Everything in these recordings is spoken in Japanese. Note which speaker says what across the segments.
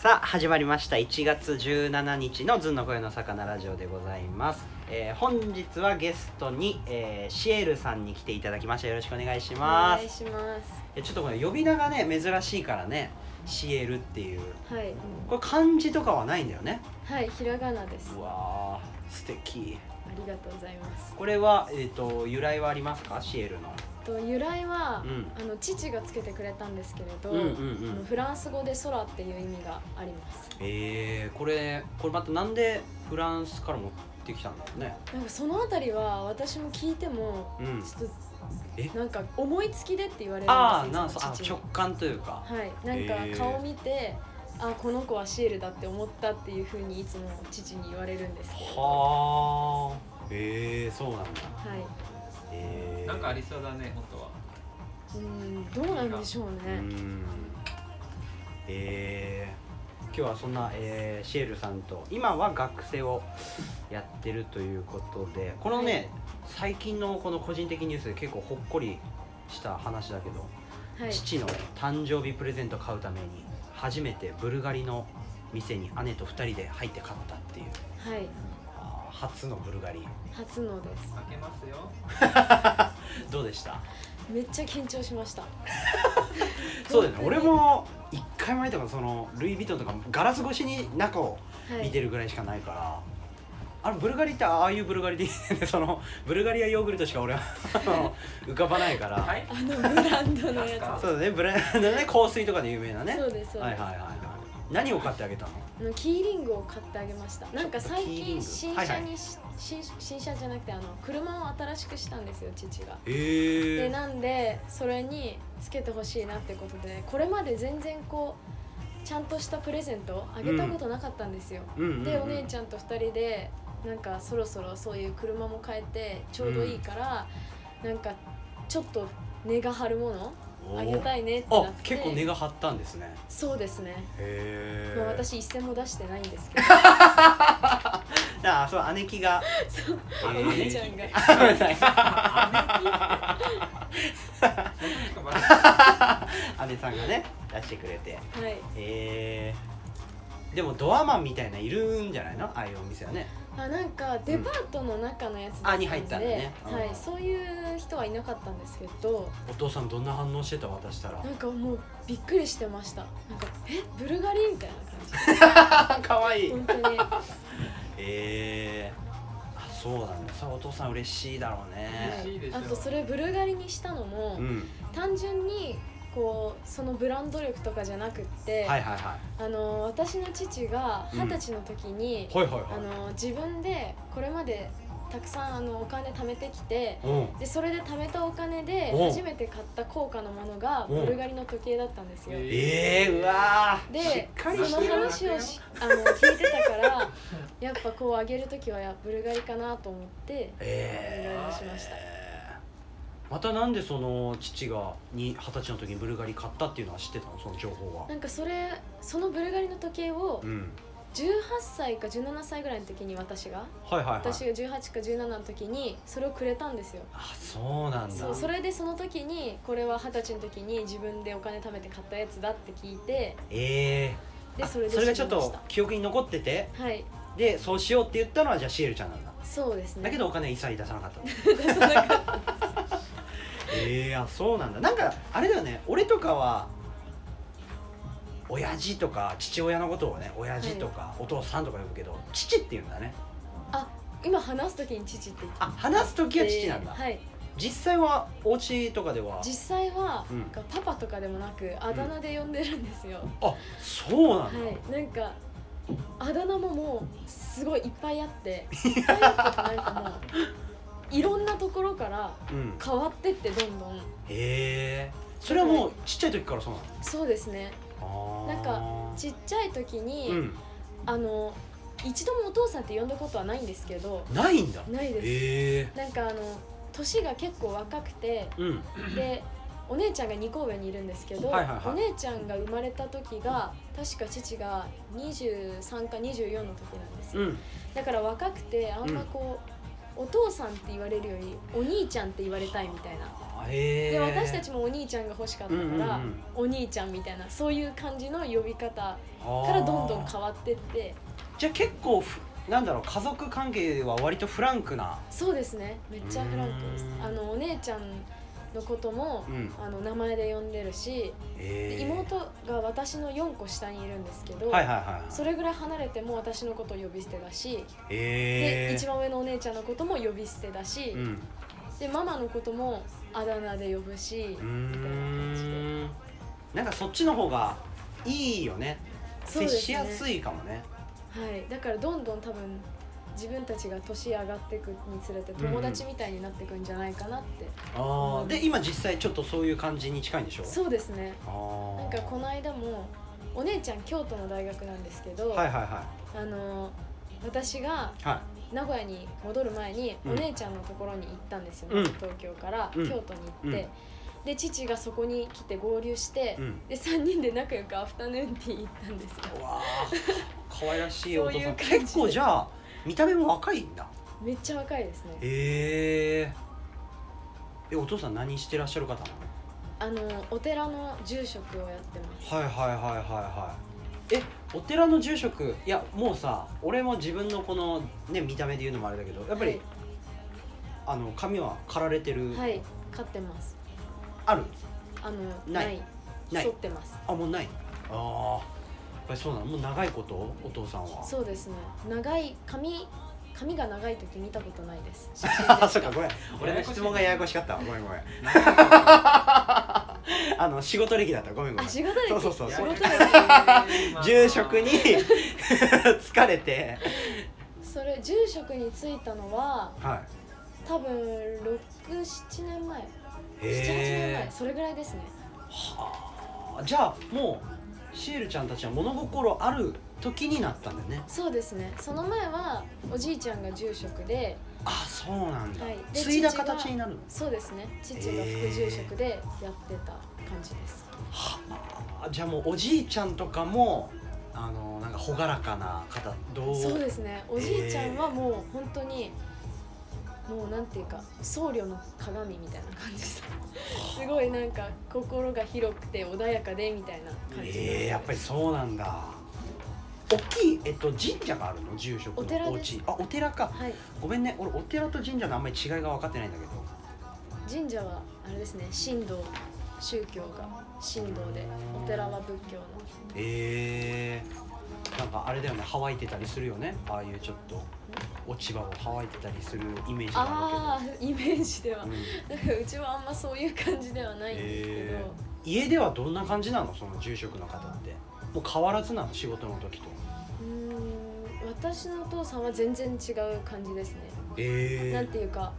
Speaker 1: さあ始まりました1月17日の「ずんの声の魚ラジオ」でございます、えー本日はゲストに、えーシエルさんに来ていただきましたよろしくお願いし
Speaker 2: お
Speaker 1: ま
Speaker 2: 願
Speaker 1: す
Speaker 2: いします。
Speaker 1: えちょっとこれ呼び名がね珍しいからねシエルっていう
Speaker 2: はい、
Speaker 1: これ漢字とかはないんだよね
Speaker 2: はい、ひらがなです。
Speaker 1: う
Speaker 2: あ
Speaker 1: わー素敵
Speaker 2: りがとうございます。
Speaker 1: これはえっ、と由来はありますかシエルの
Speaker 2: と由来は、
Speaker 1: うん
Speaker 2: あの父がつけてくれたんですけれど、
Speaker 1: うんうんうん
Speaker 2: あのフランス語で空っていう意味があります。
Speaker 1: えー、これこれまたなんでフランスから持ってきたんだろうね
Speaker 2: なんかそのあたりは私も聞いても、
Speaker 1: うん
Speaker 2: ちょっ
Speaker 1: え
Speaker 2: となんか思いつきでって言われるんですよ。
Speaker 1: ああなんそうあ
Speaker 2: 父に
Speaker 1: 直感というか
Speaker 2: はい、なん
Speaker 1: えー
Speaker 2: か顔見て、あこの子はシエルだって思ったっていうふうにいつも父に言われるんですけど。は
Speaker 1: はあええー、そうなんだ
Speaker 2: い。
Speaker 1: えー、
Speaker 3: なんかありそうだね、本当は。
Speaker 2: うん、どうなんでしょう
Speaker 1: う
Speaker 2: ね。
Speaker 1: んえー、今日はそんな、えーシエルさんと今は学生をやってるということでこのね、
Speaker 2: はい
Speaker 1: 最近のこの個人的ニュースで結構ほっこりした話だけど、
Speaker 2: はい。
Speaker 1: 父の誕生日プレゼント買うために初めてブルガリの店に姉と2人で入って買ったっていう
Speaker 2: はい。
Speaker 1: あー初のブルガリ
Speaker 2: 初のです。
Speaker 3: 開けますよ。
Speaker 1: どうでした
Speaker 2: めっちゃ緊張しました。
Speaker 1: そうだよね
Speaker 2: 本当
Speaker 1: 俺
Speaker 2: に
Speaker 1: も1回前とかそのルイ・ヴィトンとかガラス越しに中を
Speaker 2: はい、
Speaker 1: 見てるぐらいしかないから、あのブルガリってああいうブルガリでいいね そのブルガリアヨーグルトしか俺は あの浮かばないから、
Speaker 3: はい。
Speaker 2: あのブランドの
Speaker 3: なん
Speaker 2: や
Speaker 3: か
Speaker 1: そうだねブランドね香水とかで有名な
Speaker 2: つ。
Speaker 1: ね
Speaker 2: そうですそう
Speaker 1: はい
Speaker 2: で
Speaker 1: はいは
Speaker 2: す。
Speaker 1: いはい何を買ってあげたの
Speaker 2: あのキーリングを買ってあげました。なんか最
Speaker 1: キーリング
Speaker 2: 近新
Speaker 1: はい
Speaker 2: 車
Speaker 1: はい
Speaker 2: にし、新新車じゃなくてあの車を新しくしたんですよ父が。
Speaker 1: へ
Speaker 2: でなんでそれにつけてほしいなってことでこれまで全然こうちゃんとしたプレゼントをあげたことなかったんですよ。
Speaker 1: うんうんうん、
Speaker 2: でお姉ちゃんと2人でなんかそろそろそういう車も変えてちょうどいいから、なんかちょっと値が張るものあげた
Speaker 1: い
Speaker 2: いねってな
Speaker 1: あ
Speaker 2: って
Speaker 1: 結構値が張ったんですね
Speaker 2: そうですね、
Speaker 1: へ
Speaker 2: まあ、
Speaker 1: え
Speaker 2: 私一銭も出してないんですけど
Speaker 1: ああそう姉貴が
Speaker 2: そう
Speaker 1: あ
Speaker 2: お姉ちゃんが
Speaker 1: ごめんなさい 姉さんがね出してくれて
Speaker 2: はい
Speaker 1: へえでもドアマンみたいないるんじゃないのああいうお店はね
Speaker 2: あなんかデパートの中のやつ
Speaker 1: あに入ったんだねうん
Speaker 2: はい、そういう人はいなかったんですけど
Speaker 1: お父さんどんな反応してた渡したら
Speaker 2: なんかもうびっくりしてましたなんかえブルガリみたいな感
Speaker 1: かわい
Speaker 2: じ本当に
Speaker 1: えあそうなんだそれお父さん嬉しいだろう
Speaker 3: 嬉し
Speaker 1: ね
Speaker 3: いでしょ
Speaker 2: あとそれブルガリにしたのも、
Speaker 1: うん
Speaker 2: 単純にこうそのブランド力とかじゃなくって、
Speaker 1: はいはいは
Speaker 2: あの私の父が
Speaker 1: うん
Speaker 2: 二十歳の時に
Speaker 1: い、はいはい
Speaker 2: あ
Speaker 1: はい
Speaker 2: の自分でこれまでたくさんあのお金貯めてきて
Speaker 1: うん
Speaker 2: でそれで貯めたお金で
Speaker 1: お
Speaker 2: 初めて買った高価なものが
Speaker 1: お
Speaker 2: ブルガリの時計だったんですよ。
Speaker 3: え
Speaker 1: ええうわーし
Speaker 2: で
Speaker 1: っか
Speaker 2: そ
Speaker 1: りし
Speaker 2: の
Speaker 1: てるな
Speaker 2: 話をしあの聞いてたからやっぱこうあげる時はやブルガリかなと思って
Speaker 1: え
Speaker 2: お願い
Speaker 1: ー
Speaker 2: しました
Speaker 1: またなんでその父がに二十歳の時にブルガリ買ったっていうのは知ってたのその情報は
Speaker 2: なんかそれそのブルガリの時計を
Speaker 1: うん
Speaker 2: 18歳か17歳ぐらいの時に私が
Speaker 1: はいはいはい
Speaker 2: 私が18か17の時にそれをくれたんですよ
Speaker 1: あそうなんだ
Speaker 2: そうそれでその時にこれは二十歳の時に自分でお金貯めて買ったやつだって聞いて
Speaker 1: ええ
Speaker 2: でそれで
Speaker 1: それがちょっ
Speaker 2: 知りまし
Speaker 1: と
Speaker 2: た
Speaker 1: 記憶に残ってて
Speaker 2: はい
Speaker 1: でそうしようって言ったのはじゃあシエルちゃんなんだ
Speaker 2: そうですね
Speaker 1: だけどお金は一切出さなかったの ええあそうなんだなんかあれだよね俺とかは親父とか父親のことをね親父とかお父さんとか呼ぶけど、父って言うんだね
Speaker 2: 今話す時に父って言って
Speaker 1: あ話す時は父なんだ、
Speaker 2: はい
Speaker 1: 実際はお家とかでは
Speaker 2: 実際は、
Speaker 1: うん
Speaker 2: なんかパパとかでもなくあだ名で呼んでるんですよ、
Speaker 1: あそうなんだ、
Speaker 2: はいなんかあだ名ももうすごいいっぱいあって いっぱいあってなんかもういろんなところから
Speaker 1: うん
Speaker 2: 変わってってどんどん
Speaker 1: へえそれはもうちっちゃい時からそうな
Speaker 2: そうですね
Speaker 1: のあー
Speaker 2: なんかちっちゃい時に、
Speaker 1: うん
Speaker 2: あの一度もお父さんって呼んだことはないんですけど
Speaker 1: ないんだ
Speaker 2: ないです、
Speaker 1: へえ
Speaker 2: なんかあの年が結構若くて
Speaker 1: うん
Speaker 2: でお姉ちゃんが2個上にいるんですけど、
Speaker 1: はいはいはい
Speaker 2: お姉ちゃんが生まれた時が確か父が23か24の時なんですよ、
Speaker 1: うん
Speaker 2: だから若くてあんまこう、お父さんって言われるよりお兄ちゃんって言われたいみたいな
Speaker 1: あへえ
Speaker 2: で私たちもお兄ちゃんが欲しかったから、
Speaker 1: うんうんうん
Speaker 2: お兄ちゃんみたいなそういう感じの呼び方か
Speaker 1: から
Speaker 2: どんどん変わってって
Speaker 1: じゃあ結構ふなんだろう家族関係は割とフランクな
Speaker 2: そうですねめっちゃフランクです
Speaker 1: うん
Speaker 2: あのお姉ちゃんのことも、
Speaker 1: うん
Speaker 2: あの名前で呼んでるし、で
Speaker 1: えー
Speaker 2: 妹が私の4個下にいるんですけど、
Speaker 1: はいはいはいはい
Speaker 2: それぐらい離れても私のことを呼び捨てだし、
Speaker 1: えー、
Speaker 2: で一番上のお姉ちゃんのことも呼び捨てだし、
Speaker 1: うん
Speaker 2: でママのこともあだ名で呼ぶし
Speaker 1: うー、んなんかそっちの方がいいよね
Speaker 2: そうで
Speaker 1: 接
Speaker 2: すね
Speaker 1: しやすいかもね
Speaker 2: はい、だからどんどん多分自分たちが年上がっていくにつれて
Speaker 1: うんうん
Speaker 2: 友達みたいになっていくんじゃないかなって、
Speaker 1: あ
Speaker 2: う
Speaker 1: あ
Speaker 2: ん
Speaker 1: で今実際ちょっとそういう感じに近いんでしょ
Speaker 2: そうですね
Speaker 1: ああ
Speaker 2: なんかこの間もお姉ちゃん京都の大学なんですけど、
Speaker 1: はいはいはい
Speaker 2: あの私が
Speaker 1: は
Speaker 2: 名古屋に戻る前に
Speaker 1: うん
Speaker 2: お姉ちゃんのところに行ったんですよね、
Speaker 1: うん
Speaker 2: 東京から
Speaker 1: う
Speaker 2: 京
Speaker 1: ん
Speaker 2: 都に行って、で父がそこに来て合流して、
Speaker 1: いうん
Speaker 2: で3人で仲良くアフタヌーンティー行ったんですよ
Speaker 1: うわー可愛らしいお父さん
Speaker 2: そういう感じで
Speaker 1: 結構じゃあ見た目も若いんだ
Speaker 2: めっちゃ若いですね
Speaker 1: へええお父さん何してらっしゃる方なの
Speaker 2: あのお寺の住職をやってます
Speaker 1: はいはいはいはいはいえお寺の住職いやもうさ俺も自分のこのね見た目で言うのもあれだけどやっぱり、
Speaker 2: はい
Speaker 1: あの髪は刈られてる、
Speaker 2: はい飼ってます
Speaker 1: ある
Speaker 2: あの
Speaker 1: な
Speaker 2: ないい
Speaker 1: ない
Speaker 2: 剃ってます
Speaker 1: あもうないああやっぱりそうなのもう長いことお父さんは
Speaker 2: そうですね長い髪髪が長い時見たことない です写 真
Speaker 1: あ
Speaker 2: で
Speaker 1: そ
Speaker 2: し
Speaker 1: っ
Speaker 2: か
Speaker 1: かごめん俺の質問がややこしかったわごめんごめんあの仕事歴だったごめんごめ
Speaker 2: あ
Speaker 1: ん
Speaker 2: 仕事歴
Speaker 1: そうそうそう
Speaker 2: 仕事歴
Speaker 1: 住職に 疲れて
Speaker 2: それ住職に就いたのは
Speaker 1: は
Speaker 2: 多分67年前
Speaker 1: い
Speaker 2: 78年
Speaker 1: へ
Speaker 2: 前それぐらいですね
Speaker 1: えじゃあもうシエルちゃんたちは物心ある時になったんだよね
Speaker 2: そうですねその前はおじいちゃんが住職で
Speaker 1: あそうなんだ、
Speaker 2: はいで
Speaker 1: 継いだ
Speaker 2: 父が
Speaker 1: 形になるの
Speaker 2: そうですね父が副住職でやってた感じです、
Speaker 1: はあじゃあもうおじいちゃんとかもあのなんか朗らかな方どう
Speaker 2: そうですねおじいちゃんはもう本当に、もうなんていうか僧侶の鏡みたいな感じですすごいなんか心が広くて穏やかでみたいな感じ
Speaker 1: ええやっぱりそうなんだ大きい、えっと、神社があるの住職の
Speaker 2: お寺
Speaker 1: お
Speaker 2: で
Speaker 1: 家
Speaker 2: す
Speaker 1: あお寺か
Speaker 2: はい
Speaker 1: ごめんね俺お寺と神社のあんまり違いが分かってないんだけど
Speaker 2: 神社はあれですね神道宗教が神道でお寺は仏教の
Speaker 1: えー、なんかあれだよね乾いてたりするよねああいうちょっと落ち葉を乾いてたりするイメージがあ
Speaker 2: ああイメージでは
Speaker 1: るけど、うん
Speaker 2: なんかうちはあんまそういう感じではないんですけど、
Speaker 1: え家ではどんな感じなのその住職の方ってもう変わらずなの仕事の時と
Speaker 2: うーん私のお父さんは全然違う感じですね、
Speaker 1: え
Speaker 2: なんていうか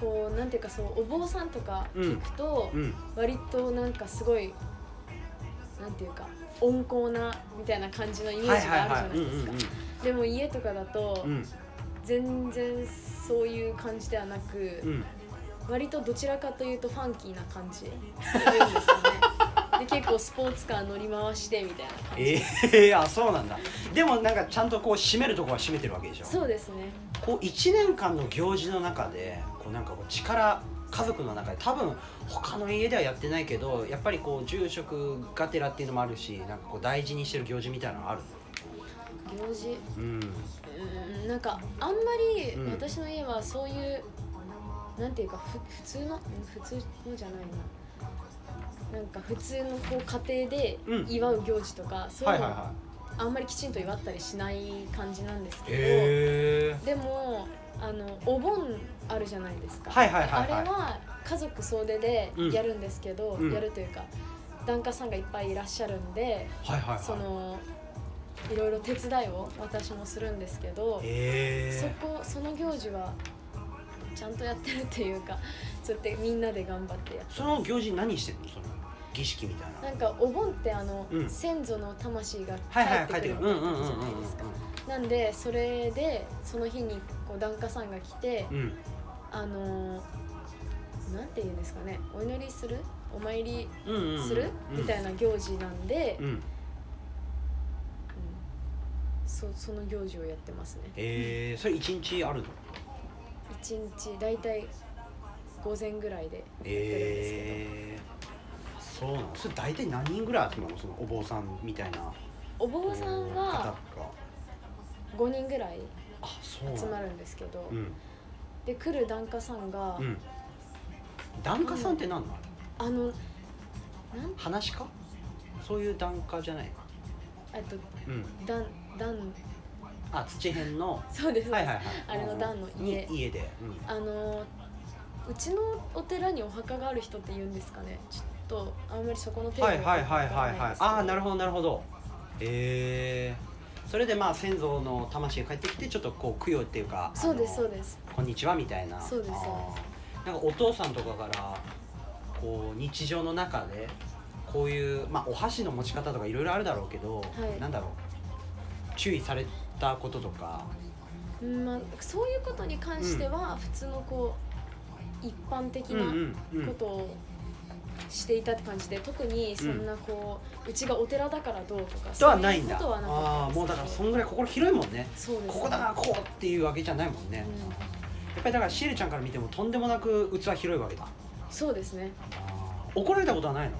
Speaker 2: こうなんていうかそうお坊さんとか聞くと、
Speaker 1: うん
Speaker 2: 割となんかすごいなんていうか温厚なみたいな感じのイメ
Speaker 1: は
Speaker 2: ー
Speaker 1: い
Speaker 2: ジ
Speaker 1: はい
Speaker 2: が
Speaker 1: は
Speaker 2: ある
Speaker 1: い
Speaker 2: じ
Speaker 1: う
Speaker 2: ゃ
Speaker 1: ん
Speaker 2: ないですか
Speaker 1: う
Speaker 2: でも家とかだと
Speaker 1: んうん
Speaker 2: 全然そういう感じではなく、
Speaker 1: うん
Speaker 2: 割とどちらかというとファンキーな感じがいいんですよねで結構スポーツカー乗り回してみたいな感じ、
Speaker 1: えー、あそうなんだでもなんかちゃんとこう締めるとこは締めてるわけでしょ
Speaker 2: そうですね
Speaker 1: こう1年間の行事の中でこうなんかこう力家族の中で多分他の家ではやってないけどやっぱりこう住職がてらっていうのもあるしなんかこう大事にしてる行事みたいなのある
Speaker 2: 行事
Speaker 1: うん
Speaker 2: うんなんかあんまり
Speaker 1: うん
Speaker 2: 私の家はそういう、なんていうかふ普通の普通のじゃないななんか普通のこう家庭で
Speaker 1: うん
Speaker 2: 祝う行事とか、そう
Speaker 1: はいいう
Speaker 2: の
Speaker 1: はい
Speaker 2: は
Speaker 1: は
Speaker 2: あんまりきちんと祝ったりしない感じなんです
Speaker 1: い
Speaker 2: けど、
Speaker 1: へ
Speaker 2: でもあのお盆あるじゃないですか、
Speaker 1: はいはいはいはい
Speaker 2: あれは家族総出で
Speaker 1: うん
Speaker 2: やるんですけど、
Speaker 1: うん
Speaker 2: やるというか檀家さんがいっぱいいらっしゃるんで、
Speaker 1: ーはいはい
Speaker 2: そ
Speaker 1: は
Speaker 2: のいろいろ手伝いを私もするんですけど、
Speaker 1: いへ
Speaker 2: そ
Speaker 1: え
Speaker 2: こその行事はちゃんとやってるっていうかそうやってみんなで頑張ってやっ
Speaker 1: その行事何してんのその儀式みたいな
Speaker 2: なんかお盆ってあの、
Speaker 1: うん
Speaker 2: 先祖の魂が帰
Speaker 1: はいはい帰
Speaker 2: っ
Speaker 1: ってて
Speaker 2: く
Speaker 1: く
Speaker 2: る
Speaker 1: る
Speaker 2: み
Speaker 1: う
Speaker 2: た
Speaker 1: ん
Speaker 2: い
Speaker 1: うん
Speaker 2: な
Speaker 1: うんうんうん
Speaker 2: 感じじゃないですかなんでそれでその日にこう檀家さんが来て、
Speaker 1: うん
Speaker 2: あのーなんて言うんですかねお祈りするお参り
Speaker 1: うんうんうん
Speaker 2: する、みたいな行事なんで、
Speaker 1: うんうん
Speaker 2: うんそその行事をやってますね
Speaker 1: えー、それ一日あるの
Speaker 2: 一日大体午前ぐらいで
Speaker 1: えー、そうなのそれ大体何人ぐらい集まるのそのお坊さんみたいな
Speaker 2: お坊さん
Speaker 1: 方
Speaker 2: は
Speaker 1: が
Speaker 2: 5人ぐらい
Speaker 1: あそうなの
Speaker 2: 集まるんですけど、
Speaker 1: うん
Speaker 2: で来る檀家さんが、
Speaker 1: うん檀家さんって何なの、
Speaker 2: あのなん
Speaker 1: 話かそういう檀家じゃないか
Speaker 2: えっと
Speaker 1: うん
Speaker 2: 檀檀
Speaker 1: あ土辺のは
Speaker 2: そうです、
Speaker 1: いはいはい
Speaker 2: あれの段の家
Speaker 1: に家で、うん、
Speaker 2: あのうちのお寺にお墓がある人って言うんですかねちょっとあんまりそこの程度
Speaker 1: はいはいはいはいはいああなるほ
Speaker 2: ほ
Speaker 1: どなるほどへえそれでまあ先祖の魂が帰ってきてちょっとこう供養っていうか
Speaker 2: そうです
Speaker 1: あ
Speaker 2: そ
Speaker 1: の
Speaker 2: うです
Speaker 1: こんにちはみたいな
Speaker 2: そうです
Speaker 1: あー
Speaker 2: そ
Speaker 1: な
Speaker 2: う
Speaker 1: んかお父さんとかからこう日常の中でこういう、まあ、お箸の持ち方とかいろいろあるだろうけど、
Speaker 2: い
Speaker 1: なんだろう注意されたこととか
Speaker 2: うんまあ、そういうことに関しては普通のこう一般的
Speaker 1: うん
Speaker 2: な
Speaker 1: うんうん
Speaker 2: ことをしていたって感じで特にそんなこう、うちがお寺だからどうとか
Speaker 1: とはないんだ
Speaker 2: そういうことはなか
Speaker 1: ああーもうだ
Speaker 2: っ
Speaker 1: か
Speaker 2: た
Speaker 1: ら
Speaker 2: です
Speaker 1: そんぐらい心広いもんね
Speaker 2: そうです
Speaker 1: ここだなこうっていうわけじゃないもんね、
Speaker 2: うん
Speaker 1: やっぱりだからシエルちゃんから見てもとんでもなく器広いわけだ
Speaker 2: そうですね
Speaker 1: 怒られたことはないの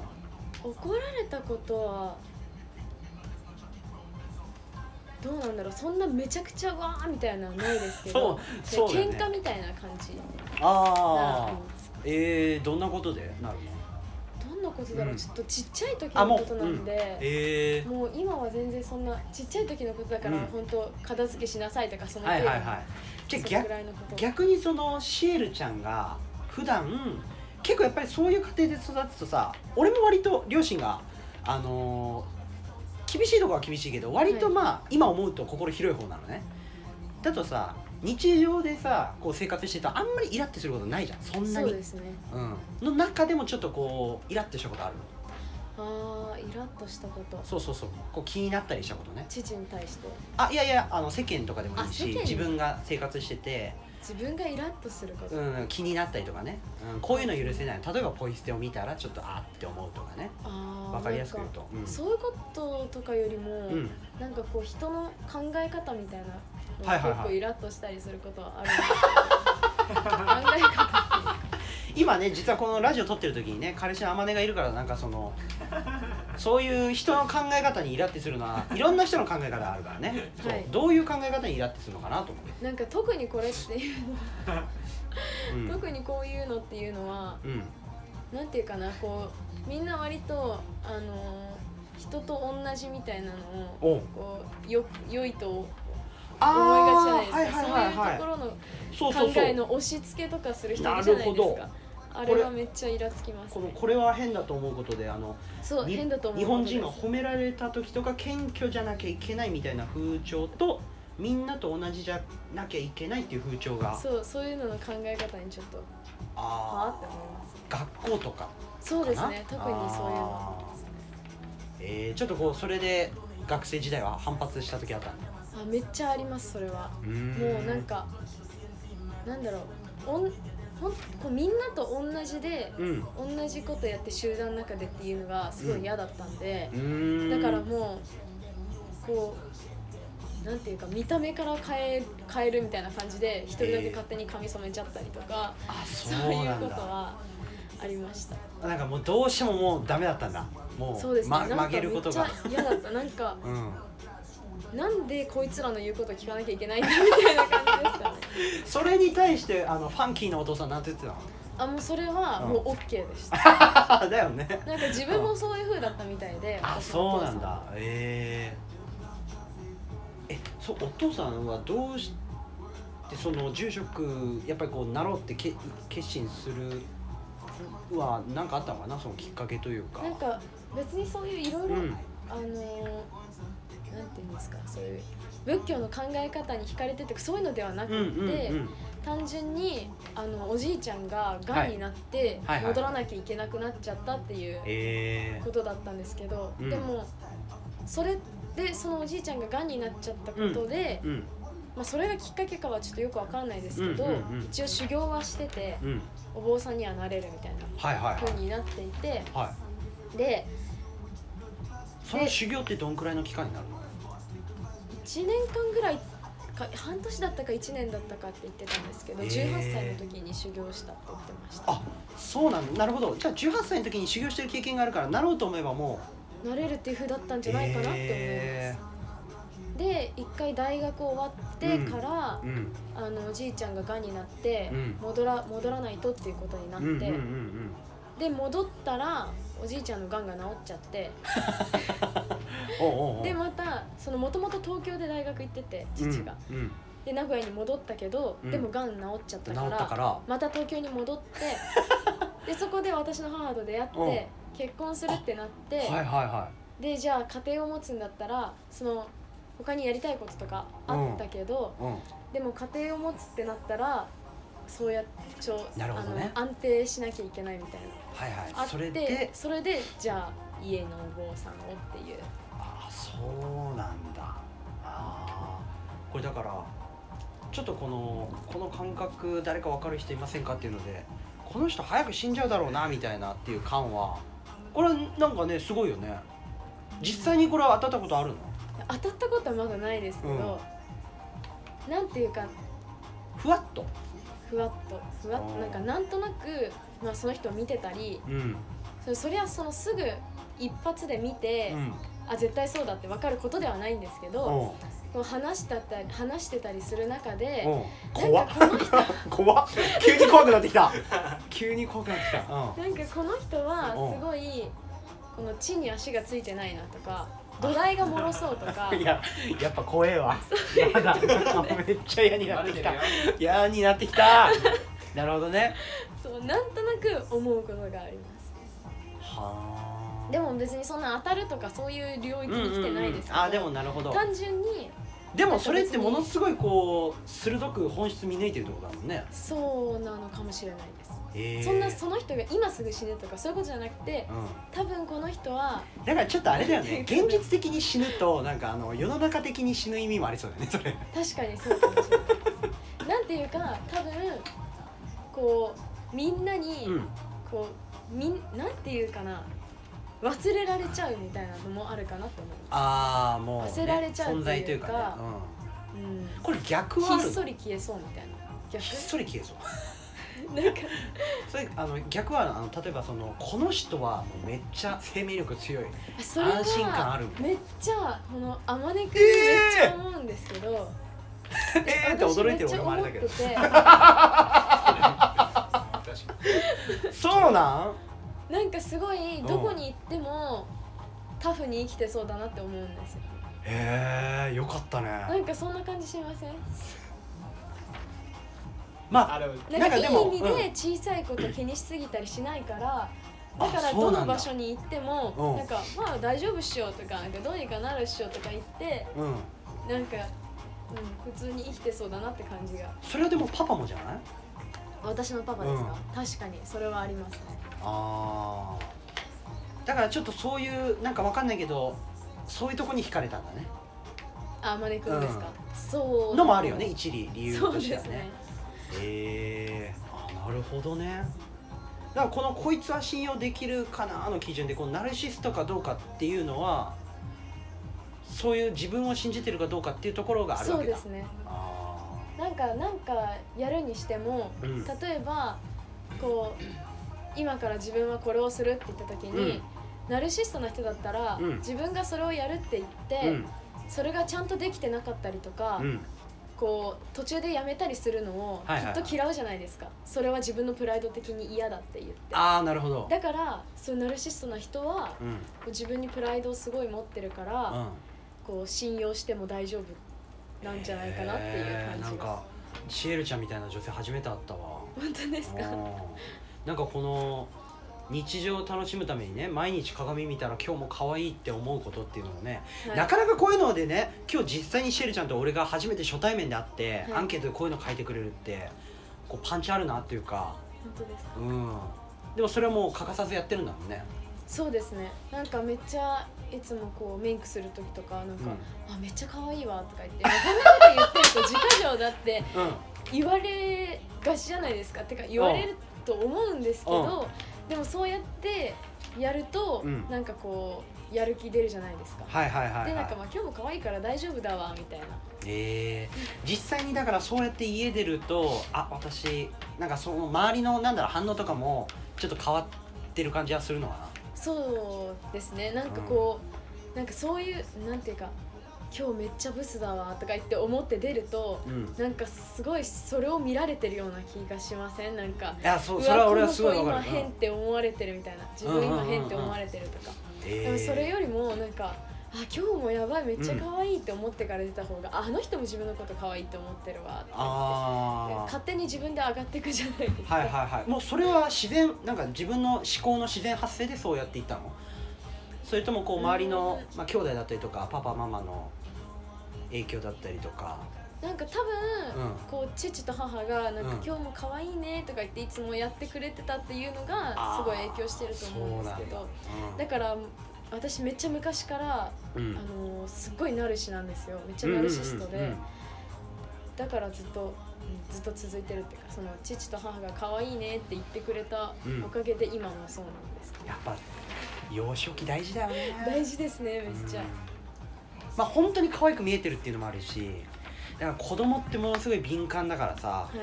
Speaker 2: 怒られたことはどうなんだろうそんなめちゃくちゃわーみたいなのはないですけど
Speaker 1: う
Speaker 2: で喧嘩みたいな感じな
Speaker 1: あ
Speaker 2: ら
Speaker 1: あえー、どんなことでなるの
Speaker 2: どんなことだろう、
Speaker 1: うん
Speaker 2: ちょっとちっちゃい時
Speaker 1: あ
Speaker 2: の
Speaker 1: もう
Speaker 2: ことなんで、
Speaker 1: え
Speaker 2: もう今は全然そんなちっちゃい時のことだから、
Speaker 1: うん
Speaker 2: 本当片付けしなさいとかそ
Speaker 1: ー、
Speaker 2: の
Speaker 1: はいはい
Speaker 2: 程度
Speaker 1: はいじゃあ
Speaker 2: そのぐ
Speaker 1: 逆
Speaker 2: らいのこと
Speaker 1: 逆にそのシエルちゃんが普段結構やっぱりそういう家庭で育つとさ俺も割と両親があのー厳しいとこは厳しいけど割とまあ、今思うと心広い方なのねだとさ日常でさこう生活してたらあんまりイラってすることないじゃんそんな
Speaker 2: そう
Speaker 1: に
Speaker 2: ですね
Speaker 1: うん、の中でもちょっとこうイラってしたことあるの
Speaker 2: あーイラッとしたこと
Speaker 1: そうそうそうこう気になったりしたことね
Speaker 2: 父に対して
Speaker 1: あいやいやあの世間とかでもいい
Speaker 2: あ世
Speaker 1: し
Speaker 2: 間
Speaker 1: 自分が生活してて、
Speaker 2: 自分がイラッとすること、
Speaker 1: うん、気になったりとかね、うん、こういうの許せない例えばポイ捨てを見たらちょっとあーって思うとかね
Speaker 2: あー
Speaker 1: わかりやすく言う
Speaker 2: なん
Speaker 1: とうん
Speaker 2: そういうこととかよりも、
Speaker 1: うん、
Speaker 2: なんかこう人の考え方みたいなの
Speaker 1: は
Speaker 2: が
Speaker 1: いはいはい
Speaker 2: 結構イラッとしたりすることはあるんですけど考 え方
Speaker 1: 今ね実はこのラジオ撮ってる時にね彼氏の天音がいるからなんかそのそういう人の考え方にイラってするのはいろんな人の考え方あるからね、そう
Speaker 2: はい
Speaker 1: どういう考え方にイラってするのかなと思って、
Speaker 2: なんか特にこれっていう
Speaker 1: うん
Speaker 2: 特にこういうのっていうのは
Speaker 1: うん、
Speaker 2: なんていうかなこうみんな割とあのー人と同じみたいなのを
Speaker 1: おう
Speaker 2: こうよ良いと思いがちじ
Speaker 1: あ
Speaker 2: ゃないですか、そういうとこ
Speaker 1: い
Speaker 2: ろの
Speaker 1: そうそう
Speaker 2: 考
Speaker 1: そう
Speaker 2: えの押し付けとかする人いるじゃないです
Speaker 1: なる
Speaker 2: かあ
Speaker 1: これ
Speaker 2: れはめっちゃイラつきます
Speaker 1: このこれは変だと思うことであの
Speaker 2: そう
Speaker 1: に
Speaker 2: 変だと思う
Speaker 1: 日本人
Speaker 2: こ
Speaker 1: が
Speaker 2: とです
Speaker 1: 褒められた時とか謙虚じゃなきゃいけないみたいな風潮とみんなと同じじゃなきゃいけないっていう風潮が
Speaker 2: そうそういうのの考え方にちょっとはあ
Speaker 1: あ
Speaker 2: って思います
Speaker 1: ー学校とか
Speaker 2: そうですね特
Speaker 1: かな
Speaker 2: にそういうの
Speaker 1: あーえー、ちょっとこうそれで学生時代は反発した時あったんだ
Speaker 2: あめっちゃありますそれは
Speaker 1: うーん
Speaker 2: もうなんかなんだろうおんほんこうみんなと同じで
Speaker 1: うんう
Speaker 2: 同じことやって集団の中でっていうのがすごい嫌だったんで、
Speaker 1: ーん
Speaker 2: だからもうこうなんていうか見た目から変え変えるみたいな感じで一人だけ勝手に髪染めちゃったりとか、
Speaker 1: あそ
Speaker 2: そう
Speaker 1: う
Speaker 2: いう
Speaker 1: なん
Speaker 2: こと
Speaker 1: だ
Speaker 2: はありました
Speaker 1: なんかもうどうしてももうダメだったんだもう
Speaker 2: そうですね、
Speaker 1: ま、
Speaker 2: なん
Speaker 1: 曲
Speaker 2: か
Speaker 1: げ
Speaker 2: め
Speaker 1: るこ
Speaker 2: っ
Speaker 1: と
Speaker 2: ちゃ
Speaker 1: が
Speaker 2: 嫌だったなんか
Speaker 1: うん
Speaker 2: なんでこいつらの言うこと聞かなきゃいけないんだみたいな感じで したね
Speaker 1: それに対してあのファンキーなお父さんなんて言ってたの
Speaker 2: あもうそれはもう OK でした
Speaker 1: あだよね
Speaker 2: なんか自分もそういう風だったみたいで
Speaker 1: あ
Speaker 2: 私の
Speaker 1: そ
Speaker 2: お
Speaker 1: う
Speaker 2: 父
Speaker 1: な
Speaker 2: さ
Speaker 1: んだえええそうお父さんはどうしてその住職やっぱりこうなろうってけ決心するは何かあったのかなそのきっかけというか
Speaker 2: なんか別にそういういろいう
Speaker 1: ん
Speaker 2: ろあのーなんていうんですかそういう仏教の考え方に惹かれててそういうのではなく
Speaker 1: うんう
Speaker 2: て、
Speaker 1: んうん
Speaker 2: 単純にあのおじいちゃんががんになって
Speaker 1: はいはい
Speaker 2: 戻らなきゃいけなくなっちゃったっていう
Speaker 1: え
Speaker 2: ことだったんですけど、
Speaker 1: うん
Speaker 2: でもそれでそのおじいちゃんががんになっちゃったこと
Speaker 1: え
Speaker 2: で、
Speaker 1: うん
Speaker 2: まあ、それがきっかけかはちょっとよくわかんないですけど、
Speaker 1: うんうんうん
Speaker 2: 一応修行はしてて
Speaker 1: うん
Speaker 2: お坊さんにはなれるみたいな
Speaker 1: はいはいは
Speaker 2: 風
Speaker 1: い
Speaker 2: になっていて
Speaker 1: はい
Speaker 2: で
Speaker 1: その修行ってどんくらいの期間になるの
Speaker 2: 1年間ぐらいか半年だったか1年だったかって言ってたんですけど、
Speaker 1: えー
Speaker 2: 18歳の時に修行したって言ってました
Speaker 1: あそうなんだなるほどじゃあ18歳の時に修行してる経験があるからなろうと思えばも
Speaker 2: なれるっていう風だったん
Speaker 1: う
Speaker 2: じゃないかなって思いま
Speaker 1: え
Speaker 2: す、で一回大学終わってから
Speaker 1: ー、うん
Speaker 2: あのおじいちゃんががんになって、
Speaker 1: うん
Speaker 2: 戻ら戻らないとっていうことになっ
Speaker 1: うん
Speaker 2: て、
Speaker 1: うんうんうん
Speaker 2: で戻ったらおじいちゃんのがんが治っちゃって
Speaker 1: おうおうおう
Speaker 2: でまたそのもともと東京で大学行ってて父が、
Speaker 1: うんうん
Speaker 2: で名古屋に戻ったけど、
Speaker 1: うん
Speaker 2: でもがん治っちゃっ
Speaker 1: 治
Speaker 2: た
Speaker 1: っ
Speaker 2: から
Speaker 1: たから
Speaker 2: また東京に戻って でそこで私の母と出会って結婚するってなって、
Speaker 1: はいはいは
Speaker 2: でじゃあ家庭を持つんだったらその他にやりたいこととかあったけど、
Speaker 1: い、うん、
Speaker 2: でも家庭を持つってなったらそうやってちょ
Speaker 1: なるほどね
Speaker 2: あの安定しなきゃいけないみたい
Speaker 1: はい
Speaker 2: なあ
Speaker 1: はい
Speaker 2: って
Speaker 1: それで
Speaker 2: それでじゃあ家のお坊さんをっていう
Speaker 1: あそうなんだあーこれだからちょっとこのこの感覚誰か分かる人いませんかっていうのでこの人早く死んじゃうだろうなみたいなっていう感はこれはなんかねすごいよね実際にこれは当たったことあるの
Speaker 2: 当たったことはまだないですけど、なんていうか
Speaker 1: ふわっと
Speaker 2: ふわっとふわっ
Speaker 1: あ
Speaker 2: と
Speaker 1: ー
Speaker 2: なんかなんとなく、まあ、その人を見てたり
Speaker 1: うん
Speaker 2: そそりゃそのすぐ一発で見て、
Speaker 1: うん
Speaker 2: あ絶対そうだって分かることではないんですけ
Speaker 1: お
Speaker 2: ど、
Speaker 1: う
Speaker 2: こう話したったり話してたりする中で、
Speaker 1: おう怖
Speaker 2: なん
Speaker 1: っ
Speaker 2: かこ
Speaker 1: 怖
Speaker 2: の人
Speaker 1: っ急に怖くなってき た急に怖くなってきた、うん、
Speaker 2: なんかこの人はすごいこの地に足がついてないなとか土台がもろそうとか
Speaker 1: いや、やっぱ怖えわ。やだ。めっちゃ嫌にな
Speaker 3: バ
Speaker 1: っ
Speaker 3: レ
Speaker 1: て
Speaker 3: て
Speaker 1: き
Speaker 3: るよ
Speaker 1: た。嫌になってきた。なるほどね。
Speaker 2: そうなんとなく思うことがあります
Speaker 1: は
Speaker 2: で
Speaker 1: も、
Speaker 2: も別にそんな当たるとかそういう領域に来てないですけど、
Speaker 1: あ、でもなるほど。
Speaker 2: 単純に
Speaker 1: でもそれってものすごいこう鋭く本質見抜いてるってことだもんね。
Speaker 2: そうなのかもしれない
Speaker 1: え
Speaker 2: です、そんなその人が今すぐ死ぬとかそういうことじゃなくて
Speaker 1: う
Speaker 2: 多分この人は
Speaker 1: ん、だからちょっとあれだよね 現実的に死ぬとなんかあの世の中的に死ぬ意味もありそうだよねそれ
Speaker 2: 確かにそうかもしれないですなんていうか多分こうみんなに、
Speaker 1: うん
Speaker 2: こうみんなんていうかな忘れられちゃうみたいなのもあるかなと思い
Speaker 1: ああもう、ね、
Speaker 2: 忘れられちゃうってい
Speaker 1: 存在
Speaker 2: うか
Speaker 1: というかね、う
Speaker 2: ま
Speaker 1: ん、これ逆はあ
Speaker 2: す、うん、ひ
Speaker 1: る
Speaker 2: っそり消えそうみたいな逆
Speaker 1: ひっそり消えそう
Speaker 2: なんか
Speaker 1: それあの逆はあの例えばそのこの人はもうめっちゃ生命力強い
Speaker 2: あそれは
Speaker 1: 安心感ある
Speaker 2: めっちゃこのあまねくにめっちゃ思うんですけど、
Speaker 1: えーって驚いてる俺もあれだけど
Speaker 2: 私めっちゃ思って
Speaker 3: 確かに
Speaker 1: そうなん
Speaker 2: てなんかすごいどこに行ってもタフに生きてそうだなって思うんですよ
Speaker 1: へえよかった
Speaker 2: な
Speaker 1: ね
Speaker 2: んかそんな感じしません
Speaker 1: まあ
Speaker 3: あれ
Speaker 1: なん
Speaker 2: な
Speaker 1: ん
Speaker 2: か
Speaker 1: か
Speaker 2: いい
Speaker 1: で
Speaker 2: 意
Speaker 1: も
Speaker 2: 味で小さいこと気にしすぎたりしないから、
Speaker 1: あ
Speaker 2: だから
Speaker 1: そ
Speaker 2: ど
Speaker 1: うな
Speaker 2: の
Speaker 1: んだ
Speaker 2: 場所に行って
Speaker 1: う
Speaker 2: も
Speaker 1: ん
Speaker 2: なんかまあ大丈夫っしょとかなんかどうにかなるっしょとか言って
Speaker 1: うん
Speaker 2: なんか、うん、普通に生きてそうだなって感じが
Speaker 1: それはでもパパもじゃない
Speaker 2: 私のパパですか、確かにそれはありますね
Speaker 1: あーだからちょっとそういうなんかわかんないけどそういうとこに惹かれたんだね
Speaker 2: あまねくんですか、そう
Speaker 1: のもあるよね一理理由
Speaker 2: そ
Speaker 1: と
Speaker 2: う
Speaker 1: して
Speaker 2: で
Speaker 1: は
Speaker 2: すね
Speaker 1: ねへえー、あなるほどねだからこの「こいつは信用できるかな」の基準でこのナルシストかどうかっていうのはそういう自分を信じてるかどうかっていうところがあるわ
Speaker 2: そう
Speaker 1: けだ
Speaker 2: ですね
Speaker 1: あ
Speaker 2: なんかなんかやるにしても
Speaker 1: ーうん
Speaker 2: 例えばこう今から自分はこれをするって言った時に、
Speaker 1: うん
Speaker 2: ナルシストな人だったら、
Speaker 1: うん
Speaker 2: 自分がそれをやるって言って、
Speaker 1: うん
Speaker 2: それがちゃんとできてなかったりとか、
Speaker 1: うん
Speaker 2: こう途中でやめたりするのを
Speaker 1: はいはいはい
Speaker 2: きっと嫌うじゃないですか、それは自分のプライド的に嫌だって言って
Speaker 1: ああなるほど
Speaker 2: だからそういうナルシストな人は
Speaker 1: うんうん
Speaker 2: こう自分にプライドをすごい持ってるから、こう信用しても大丈夫なんじゃないかなっていう
Speaker 1: へーな
Speaker 2: 感
Speaker 1: ん
Speaker 2: じが、
Speaker 1: かシエルちゃんみたいな女性初めて会ったわ
Speaker 2: 本当ですか
Speaker 1: うんなんかこの日常を楽しむためにね毎日鏡見たら今日も可愛いって思うことっていうのもね、なかなかこういうのでね今日実際にシエルちゃんと俺が初めて初対面で会って、
Speaker 2: はい
Speaker 1: アンケートでこういうの書いてくれるってこうパンチあるなっていうか
Speaker 2: 本当ですか
Speaker 1: うんでもそれはもう欠かさずやってるんだもんね、
Speaker 2: そうですねなんかめっちゃいつもこうメイクする時とかなんか、あめっちゃ可愛いわとか言って褒めなこと言ってると自家情だって
Speaker 1: うん、うん、
Speaker 2: 言われがちじゃないですかてか言われると思うんですけど、でもそうやってやると、
Speaker 1: うん
Speaker 2: なんかこうやる気出るじゃないですか、
Speaker 1: はいはいはい、
Speaker 2: でなんか
Speaker 1: は、
Speaker 2: まあ今日も可愛いから大丈夫だわみたいない
Speaker 1: えー、実際にだからそうやって家出るとあ私なんかその周りのなんだろう反応とかもちょっと変わってる感じはするのかな
Speaker 2: そうですねなんかこう、なんかそういうなんていうか今日めっちゃブスだわとか言って思って出ると
Speaker 1: うん
Speaker 2: なんかすごいそれを見られてるような気がしませんなんか
Speaker 1: いやそうう
Speaker 2: わ
Speaker 1: それは俺はすごい
Speaker 2: こ
Speaker 1: わ
Speaker 2: の
Speaker 1: かる
Speaker 2: 子今変っ、て思われてるみたいな自分今変って思われてるとか、
Speaker 1: え
Speaker 2: でもそれよりもなんかあ今日もやばいめっちゃ可愛いって思ってから出た方が、ああの人も自分のこと可愛いって思ってるわってで
Speaker 1: ああ
Speaker 2: 勝手に自分で上がっていくじゃないですか、
Speaker 1: はいはいはいもうそれは自然なんか自分の思考の自然発生でそうやっていったのそれともこう周りの、まあ、兄弟だったりとかパパママの影響だったりとか
Speaker 2: なんか多分、
Speaker 1: うん
Speaker 2: こう父と母が「なんか
Speaker 1: うん
Speaker 2: 今日も可愛いね」とか言っていつもやってくれてたっていうのが
Speaker 1: あー
Speaker 2: すごい影響してると思うんですけど
Speaker 1: そうなんだ
Speaker 2: だから私めっちゃ昔から、
Speaker 1: うんうん
Speaker 2: あのーすっごいナルシなんですよめっちゃナルシストで、
Speaker 1: うんうんうん
Speaker 2: だからずっとうんずっと続いてるっていうかその父と母が可愛いねって言ってくれた
Speaker 1: うん
Speaker 2: おかげで今もそうなんですけど、
Speaker 1: やっぱ幼少期大事だよね
Speaker 2: 大事ですねめっちゃ
Speaker 1: うん、まあ本当に可愛く見えてるっていうのもあるしだから子供ってものすごい敏感だからさ
Speaker 2: はい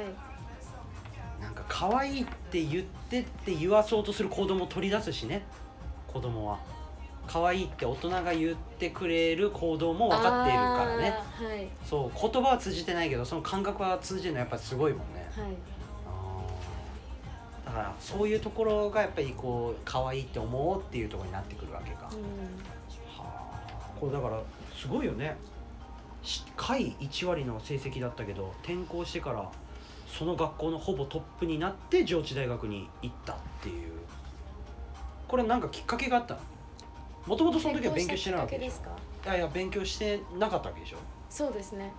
Speaker 1: なんか可愛いって言ってって言わそうとする子供を取り出すしね子供は可愛いって大人が言ってくれる行動も分かっているからね
Speaker 2: あーはいはい
Speaker 1: そう言葉は通じてないけどその感覚は通じてるのはやっぱりすごいもんねあーだからそういうところがやっぱりこう可愛いって思おうっていうところになってくるわけか、
Speaker 2: うん
Speaker 1: はあこれだからすごいよねし下位1割の成績だったけど転校してからその学校のほぼトップになって上智大学に行ったっていうこれなんかきっかけがあったのもともとその時は勉強してないわけで
Speaker 2: 転校
Speaker 1: し
Speaker 2: したきっかけです
Speaker 1: ょい
Speaker 2: か
Speaker 1: やいや勉強してなかったわけでしょ
Speaker 2: そうですね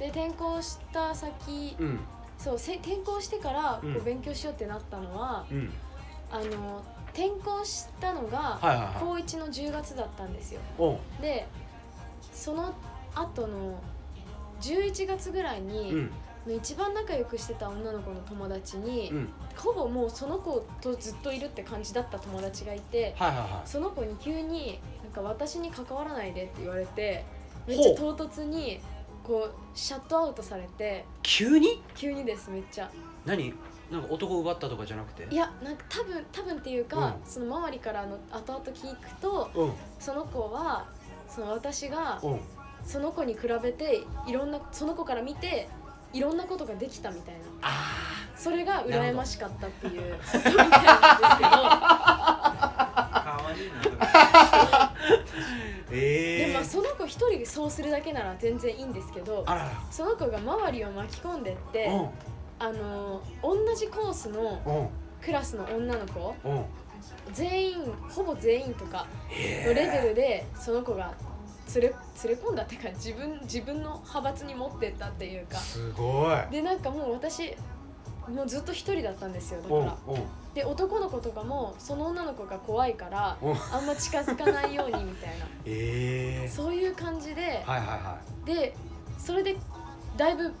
Speaker 2: で転校した先、
Speaker 1: うん
Speaker 2: そうせ転校してからこ
Speaker 1: う
Speaker 2: うん勉強しようってなったのは、
Speaker 1: うん
Speaker 2: あの転校したのが
Speaker 1: はいはいはい
Speaker 2: 高1の10月だったんですよ
Speaker 1: おう
Speaker 2: でその後の11月ぐらいに、
Speaker 1: うん
Speaker 2: 一番仲良くしてた女の子の友達に、
Speaker 1: うん
Speaker 2: ほぼもうその子とずっといるって感じだった友達がいて、
Speaker 1: はいはいは
Speaker 2: その子に急に「なんか私に関わらないで」って言われてめっちゃ唐突にこうシャットアウトされて
Speaker 1: い急に
Speaker 2: 急にですめっちゃ
Speaker 1: 何なんか男を奪ったとかじゃなくて
Speaker 2: いやなんか多分多分っていうか、
Speaker 1: うん
Speaker 2: その周りからの後々聞くと
Speaker 1: うん
Speaker 2: その子はその私が
Speaker 1: うん
Speaker 2: その子に比べていろんなその子から見ていろんなことができたみたいな
Speaker 1: あ
Speaker 2: それが羨ましかったっていう ことみたいなんで
Speaker 3: 可愛いなとか。
Speaker 1: ー
Speaker 2: すけどで
Speaker 1: え
Speaker 2: もまあ
Speaker 1: ー、
Speaker 2: その子一人でそうするだけなら全然いいんですけど
Speaker 1: あらら
Speaker 2: その子が周りを巻き込んでって、
Speaker 1: う
Speaker 2: あの同じコースの
Speaker 1: んうん
Speaker 2: クラスの女の子
Speaker 1: うん
Speaker 2: 全員ほぼ全員とか
Speaker 1: へ
Speaker 2: の
Speaker 1: ー
Speaker 2: レベルでその子が連れ連れ込んだっていうか自分自分の派閥に持ってったっていうか
Speaker 1: すごい
Speaker 2: でなんかもう私もうずっと一人だったんですよだか
Speaker 1: うん
Speaker 2: らで男の子とかもその女の子が怖いから
Speaker 1: うん
Speaker 2: あんま近づかないようにみたいな
Speaker 1: ええ
Speaker 2: そういう感じで
Speaker 1: はいはいは
Speaker 2: でそれでだいぶ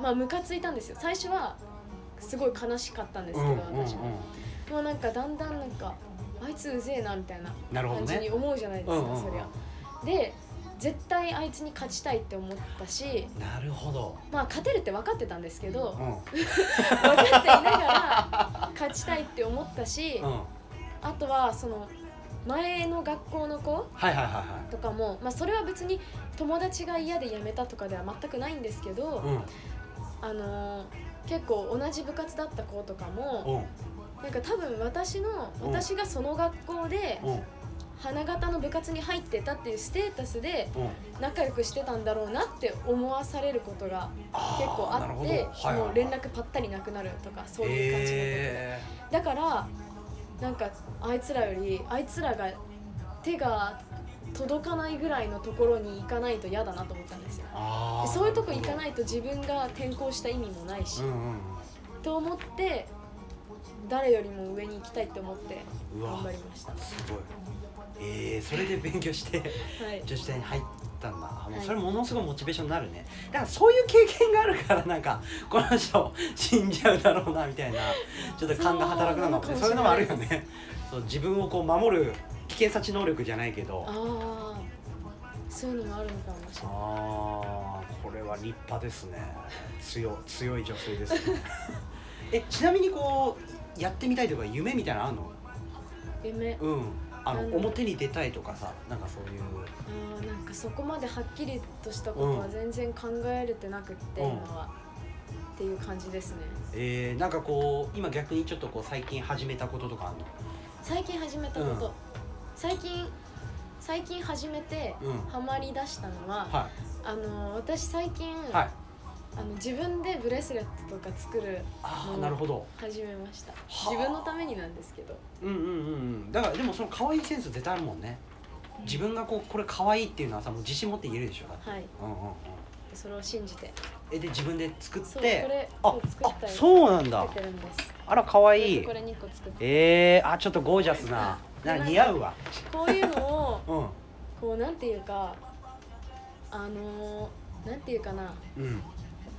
Speaker 2: まあムカついたんですよ最初はすごい悲しかったんで
Speaker 1: い
Speaker 2: すけ
Speaker 1: うん
Speaker 2: ど
Speaker 1: うん
Speaker 2: 私も、もうなんかだんだんなんかあいつうぜえなみたいな
Speaker 1: うんなるほど
Speaker 2: 感じ
Speaker 1: ね
Speaker 2: に思うじゃないですか、
Speaker 1: うんうんうん
Speaker 2: そりゃで絶対あいつに勝ちたいって思ったし
Speaker 1: なるほど
Speaker 2: まあ勝てるって分かってたんですけ ど
Speaker 1: うんうん
Speaker 2: 分かっていながら勝ちたいって思ったし
Speaker 1: は
Speaker 2: あとはその前の学校の子
Speaker 1: いはいはいは
Speaker 2: とかも、まあ、それは別に友達が嫌で辞めたとかでは全くないんですけど、
Speaker 1: い
Speaker 2: あのー結構同じ部活だった子とか
Speaker 1: う
Speaker 2: も
Speaker 1: んうん
Speaker 2: なんか多分私の
Speaker 1: うん
Speaker 2: 私がその学校で
Speaker 1: うん
Speaker 2: 花形の部活に入ってたっていうステータスで
Speaker 1: うん
Speaker 2: 仲良くしてたんだろうなって思わされることが
Speaker 1: あー
Speaker 2: 結構
Speaker 1: な
Speaker 2: あ
Speaker 1: る
Speaker 2: っ
Speaker 1: ほど
Speaker 2: て
Speaker 1: はいはい
Speaker 2: もう連絡ぱったりなくなるとかそういう感じのことで、
Speaker 1: へ
Speaker 2: だからなんかあいつらよりあいつらが手が届かないぐらいのところに行かないと嫌だなと思ったんですよ
Speaker 1: ーあ
Speaker 2: で
Speaker 1: ー
Speaker 2: そういうとこ行か
Speaker 1: な
Speaker 2: な
Speaker 1: る
Speaker 2: いと自分が転校した意味もないし
Speaker 1: ほどうんうん
Speaker 2: と思って誰よりも上に行きたいと思って
Speaker 1: うわ
Speaker 2: 頑張りましたは
Speaker 1: すごいえー、それで勉強して
Speaker 2: い
Speaker 1: 女子大に入ったんだあもう
Speaker 2: はい
Speaker 1: それものすごいモチベーションになるねだからそういう経験があるからなんかこの人死んじゃうだろうなみたいなちょっと勘が働くのかもね
Speaker 2: そ
Speaker 1: そ
Speaker 2: う
Speaker 1: ういうのもあるよねそう自分をこう守る危険察知能力じゃないけど
Speaker 2: ああそういうのもあるのかもしれない
Speaker 1: あーこれは立派ですね強強い女性ですねえちなみにこうやってみたいとか夢みたいなのあんの
Speaker 2: 夢
Speaker 1: うんあの
Speaker 2: なんだ
Speaker 1: 表に出たいとかさなんかそういう
Speaker 2: あーなんかそこまではっきりとしたことは全然考えれてなくって、
Speaker 1: うん
Speaker 2: 今はっていう感じですね
Speaker 1: えー、なんかこう今逆にちょっとこう最近始めたこととかあんの
Speaker 2: 最近始めたこと、
Speaker 1: うん
Speaker 2: 最近最近始めて
Speaker 1: うん
Speaker 2: ハマりだしたのは、
Speaker 1: は
Speaker 2: あの私最近、
Speaker 1: いはい
Speaker 2: あの自分でブレスレットとか作る
Speaker 1: あ
Speaker 2: う
Speaker 1: あ
Speaker 2: ん
Speaker 1: なるほど
Speaker 2: 始めました
Speaker 1: はあ
Speaker 2: 自分のためになんですけど
Speaker 1: うんうんうんうんだからでもその可愛いセンス絶対あるもんね自分がこうこれ可愛いっていうのはさもう自信持って言えるでしょだって
Speaker 2: はい
Speaker 1: うんうんうん
Speaker 2: それを信じて
Speaker 1: えで自分で作っ
Speaker 2: そうこ
Speaker 1: て
Speaker 2: れ
Speaker 1: あ
Speaker 2: を作っ
Speaker 1: あ
Speaker 2: たり
Speaker 1: そうなんだ
Speaker 2: 作ってるんです
Speaker 1: あら可愛い
Speaker 2: これ2個作って
Speaker 1: えー、あちょっとゴージャスななんか似合うわ
Speaker 2: こういうのを
Speaker 1: うん
Speaker 2: こうなんていうかあのーなんていうかな
Speaker 1: うん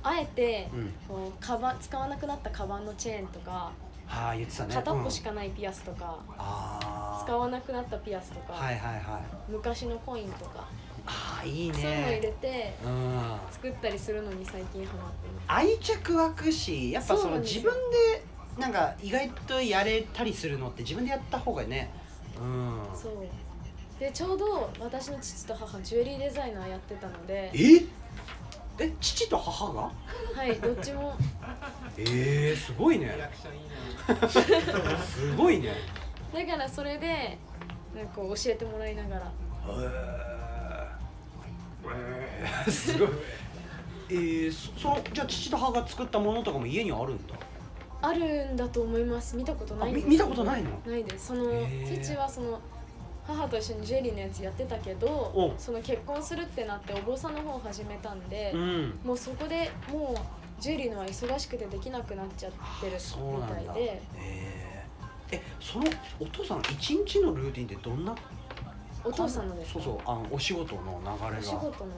Speaker 2: あえて
Speaker 1: うん
Speaker 2: こうカバン使わなくなったカバンのチェーンとか
Speaker 1: はあ言ってたね
Speaker 2: 片っぽし
Speaker 1: か、
Speaker 2: かないピアスとか
Speaker 1: うん、あ
Speaker 2: 使
Speaker 1: あ
Speaker 2: わなくなったピアスとか
Speaker 1: はいはいはい
Speaker 2: 昔のコインとか
Speaker 1: ああいい
Speaker 2: そういうの入
Speaker 1: ね
Speaker 2: れて
Speaker 1: うん
Speaker 2: 作ったりするのに最近ハマってま
Speaker 1: 愛着湧くしやっぱそ
Speaker 2: そう
Speaker 1: の
Speaker 2: なんです
Speaker 1: 自
Speaker 2: よ
Speaker 1: 分でなんか意外とやれたりするのって自分でやった方がねうん
Speaker 2: すそうでちょうど私の父と母ジュエリーデザイナーやってたの で
Speaker 1: ええ父と母が
Speaker 2: はいどっちも
Speaker 1: えー、すごい
Speaker 3: リア
Speaker 1: ね
Speaker 3: クションいいな。
Speaker 1: すごいね
Speaker 2: だからそれでなんかこう教えてもらいながら
Speaker 1: えー、すごいえー、そそのじゃあ父と母が作ったものとかも家にはあるんだ
Speaker 2: あるんだと思います見たことないんで
Speaker 1: あ
Speaker 2: す
Speaker 1: み見たことないの
Speaker 2: ないですその
Speaker 1: へー
Speaker 2: 父はその母と一緒にジュエリーのやつやってたけど
Speaker 1: お
Speaker 2: その結婚するってなってお坊さんの方を始めたんで、
Speaker 1: ん
Speaker 2: もうそこでもうジュエリーのは忙しくてできなくなっちゃってる
Speaker 1: そうなん
Speaker 2: みた
Speaker 1: だ
Speaker 2: い
Speaker 1: え
Speaker 2: で
Speaker 1: ー、えそのお父さん一日のルーティンってどんな
Speaker 2: お父さんのです
Speaker 1: そう
Speaker 2: か
Speaker 1: そうあのお仕事の流れが
Speaker 2: お仕事の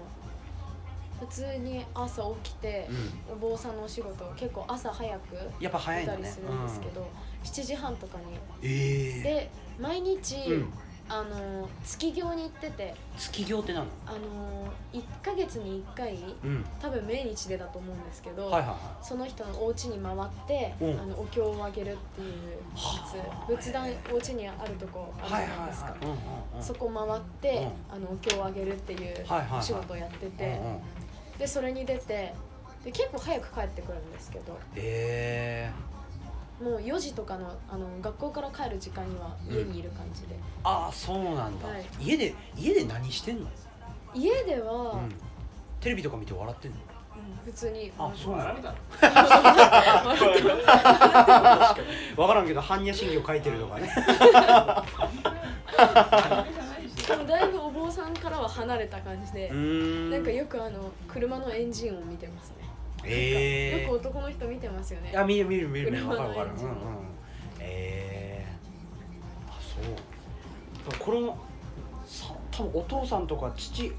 Speaker 2: 普通に朝起きて
Speaker 1: う、ん
Speaker 2: お坊さんのお仕事結構朝早く
Speaker 1: やっぱ早い
Speaker 2: 出
Speaker 1: んだ
Speaker 2: たり
Speaker 1: ね
Speaker 2: するんですけど、7時半とかに
Speaker 1: うん、え
Speaker 2: で毎日、
Speaker 1: えうん、
Speaker 2: あの月業に行ってて
Speaker 1: 月業ってなの
Speaker 2: あの1ヶ月に1回
Speaker 1: うん
Speaker 2: 多分命日でだと思うんですけど、
Speaker 1: はいはいは
Speaker 2: その人のお家に回って、
Speaker 1: うん
Speaker 2: あのお経をあげるっていう
Speaker 1: はあ
Speaker 2: 仏仏壇お家にあるとこ
Speaker 1: い
Speaker 2: あるじ
Speaker 1: はい
Speaker 2: ゃ
Speaker 1: は
Speaker 2: ない
Speaker 1: い
Speaker 2: ですか、
Speaker 1: はいうんうんうん
Speaker 2: そこ回って、
Speaker 1: う
Speaker 2: あのお経をあげるっていう
Speaker 1: はいはいはい
Speaker 2: お仕事をやってて、
Speaker 1: うんうん
Speaker 2: でそれに出てで結構早く帰ってくるんですけど
Speaker 1: ええ
Speaker 2: もう4時とかのあの学校から帰る時間には家にいる感じで、
Speaker 1: ああそうなんだ、
Speaker 2: はい
Speaker 1: 家で家で何してんの、
Speaker 2: 家では、
Speaker 1: うん、テレビとか見て笑ってんの
Speaker 2: うん普通に
Speaker 1: あそう な
Speaker 3: 笑
Speaker 1: の
Speaker 3: うだろ。
Speaker 1: 分からんけど般若心経書いてるとかね
Speaker 3: じゃないし。
Speaker 2: でもだいぶお坊さんからは離れた感じで
Speaker 1: うー、ん
Speaker 2: なんかよくあの車のエンジンを見てますね、
Speaker 1: ええ
Speaker 2: よく男の人見てますよね
Speaker 1: あ見る見る見る見る
Speaker 2: 車
Speaker 1: 分
Speaker 2: の
Speaker 1: かる分かる
Speaker 2: エン
Speaker 1: う
Speaker 2: ジ
Speaker 1: ん
Speaker 2: ン
Speaker 1: うんえー、あそうこれもさ多分お父さんとか父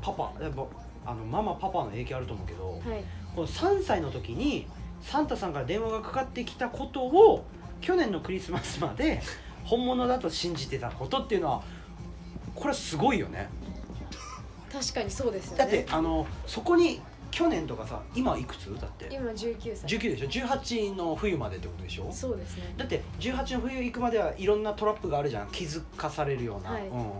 Speaker 1: パパやっぱあのママパパの影響あると思うけど、
Speaker 2: はい
Speaker 1: この3歳の時にサンタさんから電話がかかってきたことを去年のクリスマスまで本物だと信じてたことっていうのはこれすごいよね
Speaker 2: 確かにそうですよね
Speaker 1: だってあのそこに去年とかさ今いくつだって
Speaker 2: 今19歳
Speaker 1: 19でしょ18の冬までってことでしょ
Speaker 2: そうですね
Speaker 1: だって18の冬行くまではいろんなトラップがあるじゃん気づかされるような、
Speaker 2: はい
Speaker 1: うんうんうん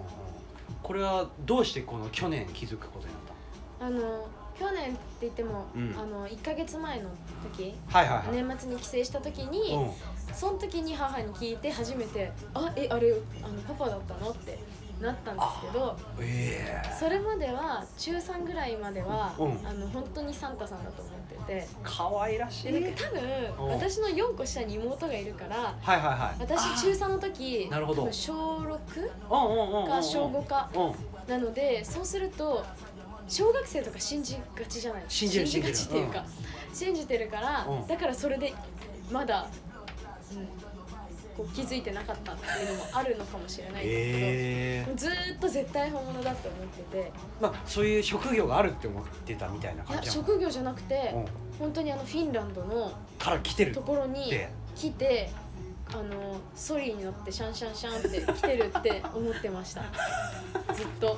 Speaker 1: これはどうしてこの去年気づくことになっ
Speaker 2: あの去年って言っても、
Speaker 1: うん
Speaker 2: あの1か月前の時
Speaker 1: たはいはいはい、
Speaker 2: 年末に帰省した時に、
Speaker 1: うん、
Speaker 2: その時に母に聞いて初めて「あえあれあのパパだったの?」ってなったんですけど
Speaker 1: ええ
Speaker 2: それまでは中3ぐらいまでは、
Speaker 1: うん
Speaker 2: あの本当にサンタさんだと思ってて
Speaker 1: 可愛らし
Speaker 2: で
Speaker 1: い
Speaker 2: な
Speaker 1: は
Speaker 2: ん
Speaker 1: い
Speaker 2: か多
Speaker 1: う
Speaker 2: 分
Speaker 1: ん
Speaker 2: 私の4個下に妹がいるから
Speaker 1: はいはい
Speaker 2: 私中3の時
Speaker 1: なるほど
Speaker 2: 多分小6
Speaker 1: うんうんうんうんうん
Speaker 2: か小5か
Speaker 1: うん
Speaker 2: なのでそうすると小学生とか信じがちじゃない
Speaker 1: 信じる
Speaker 2: がちっていうか、信じてるから、
Speaker 1: うん
Speaker 2: だからそれでまだ、うん、こう気づいてなかったっていうのもあるのかもしれないですけど。
Speaker 1: ええ
Speaker 2: ずーっと絶対本物だって思ってて
Speaker 1: まあそういう職業があるって思ってたみたいない感
Speaker 2: や
Speaker 1: じなの
Speaker 2: 職業じゃなくて
Speaker 1: うん
Speaker 2: 本当にあのフィンランドの
Speaker 1: から来てる
Speaker 2: ところに
Speaker 1: で
Speaker 2: 来てあのソリに乗ってシャンシャンシャンって来てるって思ってましたずっと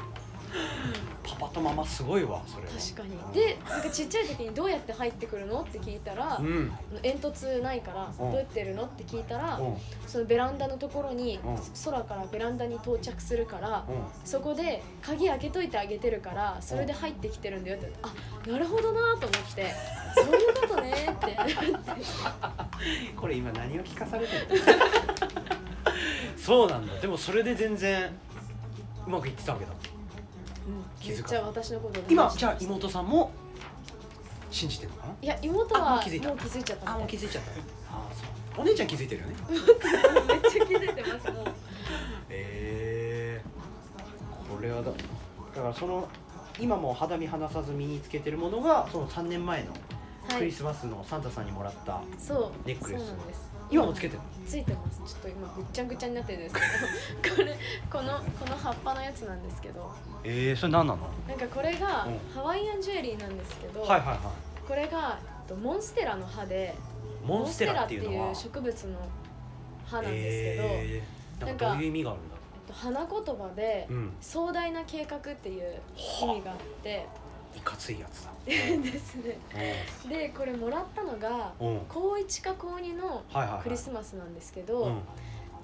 Speaker 1: パパとママすごいわそれは
Speaker 2: 確かにでなんかちっちゃい時にどうやって入ってくるのって聞いたら
Speaker 1: うんうん
Speaker 2: 煙突ないから
Speaker 1: うん
Speaker 2: どうやってるのって聞いたら
Speaker 1: うん
Speaker 2: そのベランダのところに
Speaker 1: うん
Speaker 2: 空からベランダに到着するからそこで鍵開けといてあげてるからそれで入ってきてるんだよってあなるほどなと思って そういうことねって
Speaker 1: これ今何を聞か されてるそうなんだでもそれで全然うまくいってたわけだ気
Speaker 2: め
Speaker 1: づ
Speaker 2: っ
Speaker 1: か
Speaker 2: ちゃ私のことを騙してま
Speaker 1: 今
Speaker 2: した
Speaker 1: じゃあ妹さんも信じてるのかない
Speaker 2: や妹は
Speaker 1: あ
Speaker 2: も
Speaker 1: も
Speaker 2: う
Speaker 1: う
Speaker 2: 気
Speaker 1: 気
Speaker 2: づ
Speaker 1: づ
Speaker 2: い
Speaker 1: いた
Speaker 2: ちゃった
Speaker 1: あもう気づいちゃったあそうお姉ちゃん気づいてるよね
Speaker 2: めっちゃ気づいてますもう
Speaker 1: えー、これはだだからその今も肌身離さず身につけてるものがその3年前の
Speaker 2: は
Speaker 1: クリ
Speaker 2: い
Speaker 1: スマスのサンタさんにもらった、
Speaker 2: そう
Speaker 1: ネックレス
Speaker 2: そうなんです
Speaker 1: 今もつけてる
Speaker 2: ついてますちょっと今ぐっちゃぐちゃになってるんですけど これこのこの葉っぱのやつなんですけど
Speaker 1: えー、それ何なのは
Speaker 2: なんかこれが
Speaker 1: うん
Speaker 2: ハワイアンジュエリーなんですけど、
Speaker 1: いはいは
Speaker 2: これがえっとモンステラの葉で
Speaker 1: いモンステラっていうのは
Speaker 2: モンステラっていう植物の葉なんですけど、えっ
Speaker 1: えー、なんかどういう意味があるんだ
Speaker 2: と花言葉で
Speaker 1: う、ん
Speaker 2: 壮大な計画っていう意味があって
Speaker 1: いかついやつだ
Speaker 2: ですねでこれもらったのが
Speaker 1: うんうん
Speaker 2: 高1か高2の
Speaker 1: はいはい、はい、
Speaker 2: クリスマスなんですけど、
Speaker 1: うん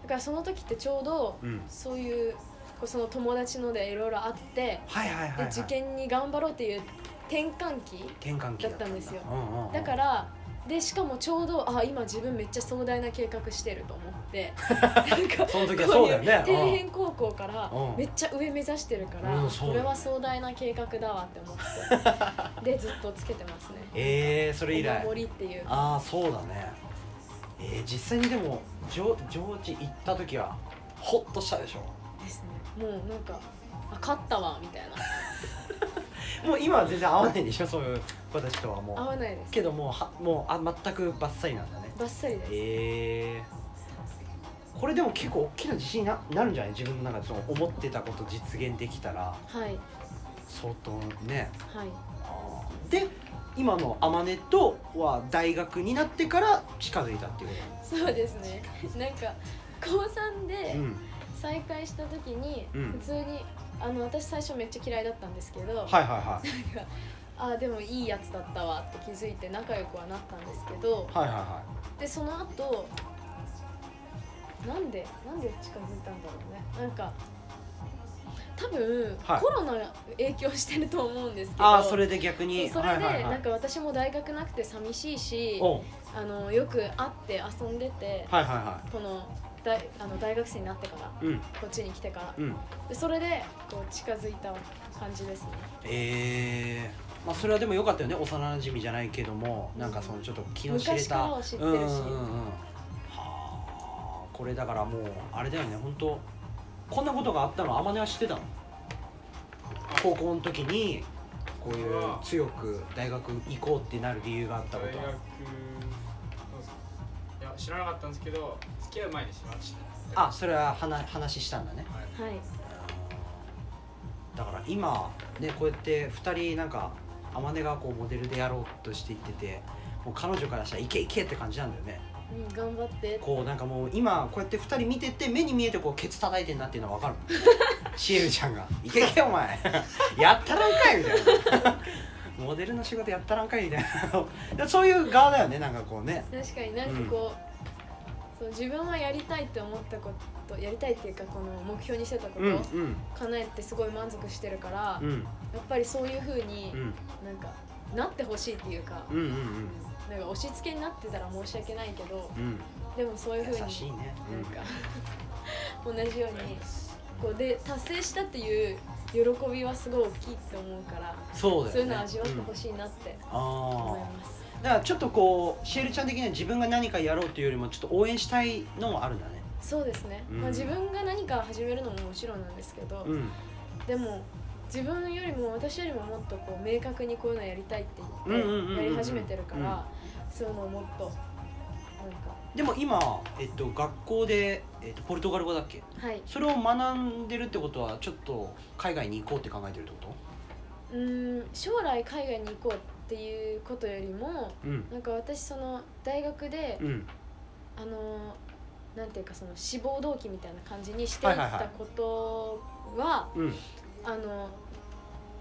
Speaker 2: だからその時ってちょうど
Speaker 1: うん
Speaker 2: そういうこうその友達のでいろいろあって
Speaker 1: はいはいはい、はい、
Speaker 2: で受験に頑張ろうっていう転換期
Speaker 1: 転換期
Speaker 2: だったんですよ
Speaker 1: うんうんうん、
Speaker 2: だからでしかもちょうどあ今自分めっちゃ壮大な計画してると思ってなんか
Speaker 1: その時は そうだよね
Speaker 2: こういう底辺高校から
Speaker 1: うん
Speaker 2: めっちゃ上目指してるから、
Speaker 1: うんそうだよ
Speaker 2: これは壮大な計画だわって思ってでずっとつけてますね
Speaker 1: えー、それ以来
Speaker 2: お守りっていう
Speaker 1: ああそうだねえー、実際にでも上上智行った時はホッとしたでしょ
Speaker 2: ですねもうなんかあ勝ったわみたいな
Speaker 1: もう今は全然合わないでしょそういう私とはも
Speaker 2: 合
Speaker 1: う
Speaker 2: わないです
Speaker 1: けどもうはもうあ全くバッサリなんだね
Speaker 2: バッサリです
Speaker 1: えー、これでも結構大きな自信にななるんじゃない自分の中でその思ってたこと実現できたら
Speaker 2: はい
Speaker 1: 相当ね
Speaker 2: はい
Speaker 1: で今のあまねとは大学になってから近づいたっていうこ
Speaker 2: そうですねなんか高3
Speaker 1: と
Speaker 2: で
Speaker 1: うん
Speaker 2: 再会した時に
Speaker 1: うん
Speaker 2: 普通にあの私最初めっちゃ嫌いだったんですけど、
Speaker 1: はいはいはい
Speaker 2: あでもいいやつだったわって気づいて仲良くはなったんですけど
Speaker 1: はいはいは
Speaker 2: でその後なんでなんで近づいたんだろうねなんか多分、
Speaker 1: はい
Speaker 2: コロナが影響してると思うんですけ
Speaker 1: い
Speaker 2: ど
Speaker 1: ああそれで逆に
Speaker 2: そうそれで、
Speaker 1: はいはいはい
Speaker 2: なんか私も大学なくて寂しいし
Speaker 1: おう
Speaker 2: あのよく会って遊んでて、
Speaker 1: はいはいは
Speaker 2: この大あの大学生になってから
Speaker 1: いうん
Speaker 2: こっちに来てから
Speaker 1: うん
Speaker 2: でそれでこう近づいた感じですね
Speaker 1: えー、まあそれはでも良かったよね幼馴染じゃないけどもなんかそのちょっと気の知れた
Speaker 2: 昔からは知ってる
Speaker 1: う
Speaker 2: し
Speaker 1: んうんうんうんはあこれだからもうあれだよね本当こんなことがあったのあまねは知ってたの高校の時にこういう強く大学行こうってなる理由があった
Speaker 4: 大
Speaker 1: こ
Speaker 4: 学
Speaker 1: と
Speaker 4: どう
Speaker 1: は
Speaker 4: ですかいや知らなかったんですけど付き合う前に知らなかった
Speaker 1: あそれは話話したんだね
Speaker 4: はい
Speaker 2: はい
Speaker 1: だから今ねこうやって2人なんか天音がこうモデルでやろうとしていっててもう彼女からしたらいけいけって感じなんだよね
Speaker 2: うん、頑張って
Speaker 1: こうなんかもう今こうやって2人見てて目に見えてこうケツ叩いてんなっていうのは分かるもん シエルちゃんが「いけいけお前 やったらんかい」みたいな モデルの仕事やったらんかいみたいな そういう側だよねなんかこうね
Speaker 2: 確かになんかこう,、そう自分はやりたいって思ったことやりたいっていうかこの目標にしてたこと、
Speaker 1: うんうん
Speaker 2: 叶えてすごい満足してるから、
Speaker 1: う
Speaker 2: や
Speaker 1: ん
Speaker 2: っぱりそういう風に
Speaker 1: うん
Speaker 2: なんかなってほしいっていうか、
Speaker 1: うんうん
Speaker 2: なんか押し付けになってたら申し訳ないけど
Speaker 1: うんうん
Speaker 2: でもそういう風に
Speaker 1: 優しいね
Speaker 2: なんか 同じようにこうで達成したっていう喜びはすごい大きいと思うから
Speaker 1: そうだよね
Speaker 2: そういうのを味わって
Speaker 1: うん
Speaker 2: ほしいなって
Speaker 1: あ
Speaker 2: 思い
Speaker 1: あ
Speaker 2: ます、
Speaker 1: だからちょっとこうシエルちゃん的には自分が何かやろうというよりもちょっと応援したいのもあるんだね
Speaker 2: そうですね、
Speaker 1: うん
Speaker 2: まあ、自分が何か始めるのももちろんなんですけど、
Speaker 1: うん
Speaker 2: でも自分よりも私よりももっとこう明確にこういうのやりたいって
Speaker 1: うん
Speaker 2: 言
Speaker 1: うんうんう
Speaker 2: っ
Speaker 1: んうん
Speaker 2: てやり始めてるからそういうのをもっとなんか
Speaker 1: でも今、えっと、学校で、えっと、ポルトガル語だっけ
Speaker 2: はい
Speaker 1: それを学んでるってことはちょっと海外に行こうって考えてるってこ
Speaker 2: うーん将来海外に行こうっていうことよりも
Speaker 1: とうん
Speaker 2: なんか私その大学で
Speaker 1: うん
Speaker 2: あのーなんていうかその志望動機みたいな感じにしていったことは
Speaker 1: うん
Speaker 2: あの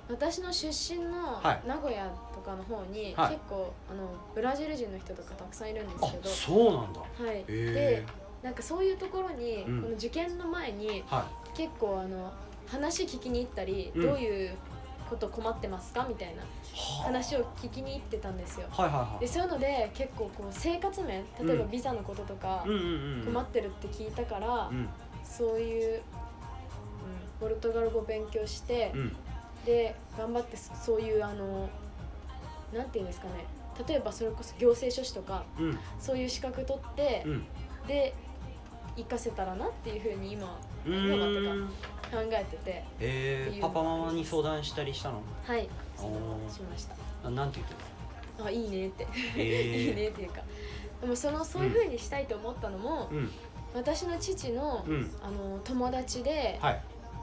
Speaker 2: 私の出身の
Speaker 1: はい
Speaker 2: 名古屋とかの方に、
Speaker 1: はい
Speaker 2: 結構あのブラジル人の人とかたくさんいるんで
Speaker 1: あ
Speaker 2: すけど
Speaker 1: そうなんだ
Speaker 2: はい、
Speaker 1: へえ
Speaker 2: でなんかそういうところに、
Speaker 1: うん
Speaker 2: この受験の前に
Speaker 1: は
Speaker 2: 結構あの話聞きに行ったり、
Speaker 1: うん
Speaker 2: どういうこと困ってますかみたいない
Speaker 1: は
Speaker 2: 話を聞きに行ってたんですよ。
Speaker 1: あはいは
Speaker 2: で
Speaker 1: い
Speaker 2: そういうので結構こう生活面例えば
Speaker 1: うん
Speaker 2: ビザのこととか
Speaker 1: はいうんうんうん
Speaker 2: 困ってるって聞いたから、
Speaker 1: うん
Speaker 2: そういう、うん、ポルトガル語勉強して、
Speaker 1: うん
Speaker 2: で頑張ってそそういうあのなんて言うんですかね例えばそれこそ行政書士とか
Speaker 1: うん
Speaker 2: そういう資格取って
Speaker 1: う、ん
Speaker 2: で活かせたらなっていうふうに今
Speaker 1: うーん
Speaker 2: 考えてて
Speaker 1: えー、パパママに相談したりしたの
Speaker 2: はい
Speaker 1: おー
Speaker 2: そんなことしました
Speaker 1: あなんて言ってたの
Speaker 2: あいいねって、 いい
Speaker 1: え
Speaker 2: ねっていうかでもそのそういうふうにしたいと思ったのも
Speaker 1: ー、、うん
Speaker 2: 私の父の、
Speaker 1: うん
Speaker 2: あの友達で、
Speaker 1: はい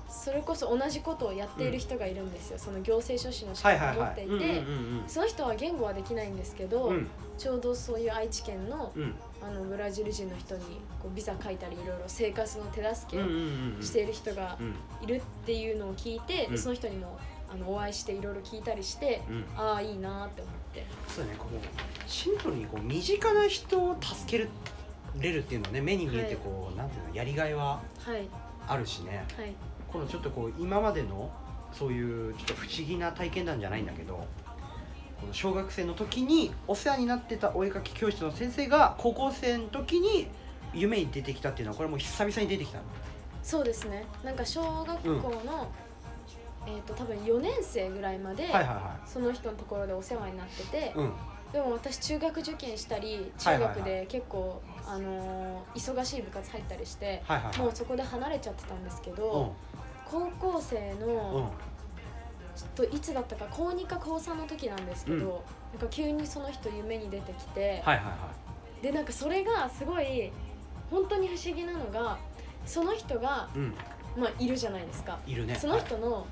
Speaker 2: それこそ同じことをやっている人がいるんですよ、その行政書士の資
Speaker 1: はい
Speaker 2: 格
Speaker 1: はいは
Speaker 2: を持っ
Speaker 1: い
Speaker 2: てい
Speaker 1: うんうん
Speaker 2: てその人は言語はできないんですけど、
Speaker 1: うんうん
Speaker 2: ちょうどそういう愛知県の
Speaker 1: うん
Speaker 2: あのブラジル人の人にこうビザ書いたりいろいろ生活の手助
Speaker 1: うんうん
Speaker 2: け
Speaker 1: うん
Speaker 2: している人が
Speaker 1: うん
Speaker 2: いるっていうのを聞いて、
Speaker 1: うん
Speaker 2: その人にもあのお会いしていろいろ聞いたりして、
Speaker 1: うん
Speaker 2: ああいいなーって思って
Speaker 1: そうだねこうシンプルにこう身近な人を助けるれるっていうのはね目に見えてこう、なんていうのやりがいは
Speaker 2: はい
Speaker 1: あるしね
Speaker 2: はい
Speaker 1: このちょっとこう今までのそういうちょっと不思議な体験談じゃないんだけどこの小学生の時にお世話になってたお絵描き教室の先生が高校生の時に夢に出てきたっていうのはこれもう久々に出てきたの
Speaker 2: そうですねなんか小学校の、えっ、と多分4年生ぐらいまで、
Speaker 1: はいはいは
Speaker 2: その人のところでお世話になってて、
Speaker 1: いうん
Speaker 2: でも私中学受験したり
Speaker 1: はいはい
Speaker 2: 中
Speaker 1: はい
Speaker 2: 学で結構、あのー忙しい部活入ったりして、
Speaker 1: はいはい
Speaker 2: も
Speaker 1: は
Speaker 2: うそこで離れちゃってたんですけど、
Speaker 1: い
Speaker 2: 高校生
Speaker 1: うんうん
Speaker 2: の、ちょっといつだったか高2か高3の時なんですけど、
Speaker 1: うん
Speaker 2: なんか急にその人夢に出てきて、
Speaker 1: はいはいは
Speaker 2: でなんかそれがすごい本当に不思議なのがその人が、
Speaker 1: いうん
Speaker 2: まあ、いるじゃないですか。
Speaker 1: いるね
Speaker 2: その人の、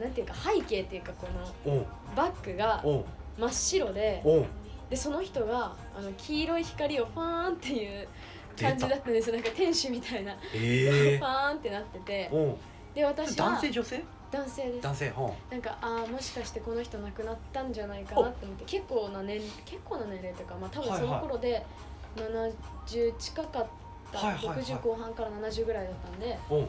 Speaker 2: なんていうか背景っていうかこの
Speaker 1: おん
Speaker 2: バッグが
Speaker 1: おん
Speaker 2: 真っ白で
Speaker 1: おん
Speaker 2: でその人があの黄色い光をファーンっていう
Speaker 1: 出
Speaker 2: 感じだ
Speaker 1: た
Speaker 2: ったんですよなんか天使みたいな、
Speaker 1: ええ
Speaker 2: ファーンってなってて
Speaker 1: ー、おん
Speaker 2: で私は
Speaker 1: 男性女性
Speaker 2: 男性です
Speaker 1: 男性ほ
Speaker 2: なんかあーもしかしてこの人亡くなったんじゃないかなって思って結構な年結構な年齢というか、まあ、多分
Speaker 1: はい
Speaker 2: そ
Speaker 1: はい
Speaker 2: の頃で70近かった、
Speaker 1: はいはいはい
Speaker 2: 60後半から70ぐらいだったんで
Speaker 1: うん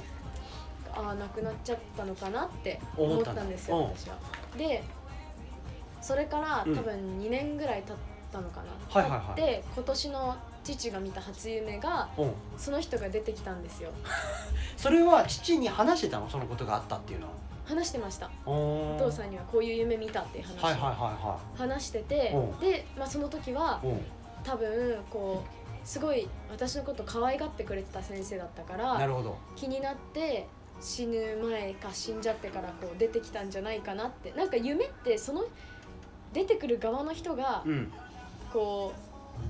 Speaker 2: ああ亡くなっちゃったのかなって
Speaker 1: 思
Speaker 2: 思
Speaker 1: っ
Speaker 2: った
Speaker 1: んだ
Speaker 2: たんですよ
Speaker 1: うん
Speaker 2: 私は。でそれから
Speaker 1: うん
Speaker 2: 多分2年ぐらい経ったのかな、
Speaker 1: はいはいはい
Speaker 2: 経って今年の父が見た初夢が
Speaker 1: うん
Speaker 2: その人が出てきたんですよ
Speaker 1: それは父に話してたのそのことがあったっていうのは
Speaker 2: 話してました
Speaker 1: お
Speaker 2: お父
Speaker 1: ん
Speaker 2: さんにはこういう夢見たっていう話を、
Speaker 1: はいはいは
Speaker 2: 話してて
Speaker 1: うん
Speaker 2: で、まあ、その時はい
Speaker 1: はいうん
Speaker 2: 多分こうすごい私のこと可愛がってくれてた先生だったか
Speaker 1: な
Speaker 2: ら
Speaker 1: るほど
Speaker 2: 気になって死ぬ前か死んじゃってからこう出てきたんじゃないかなってなんか夢ってその出てくる側の人が
Speaker 1: うん
Speaker 2: こ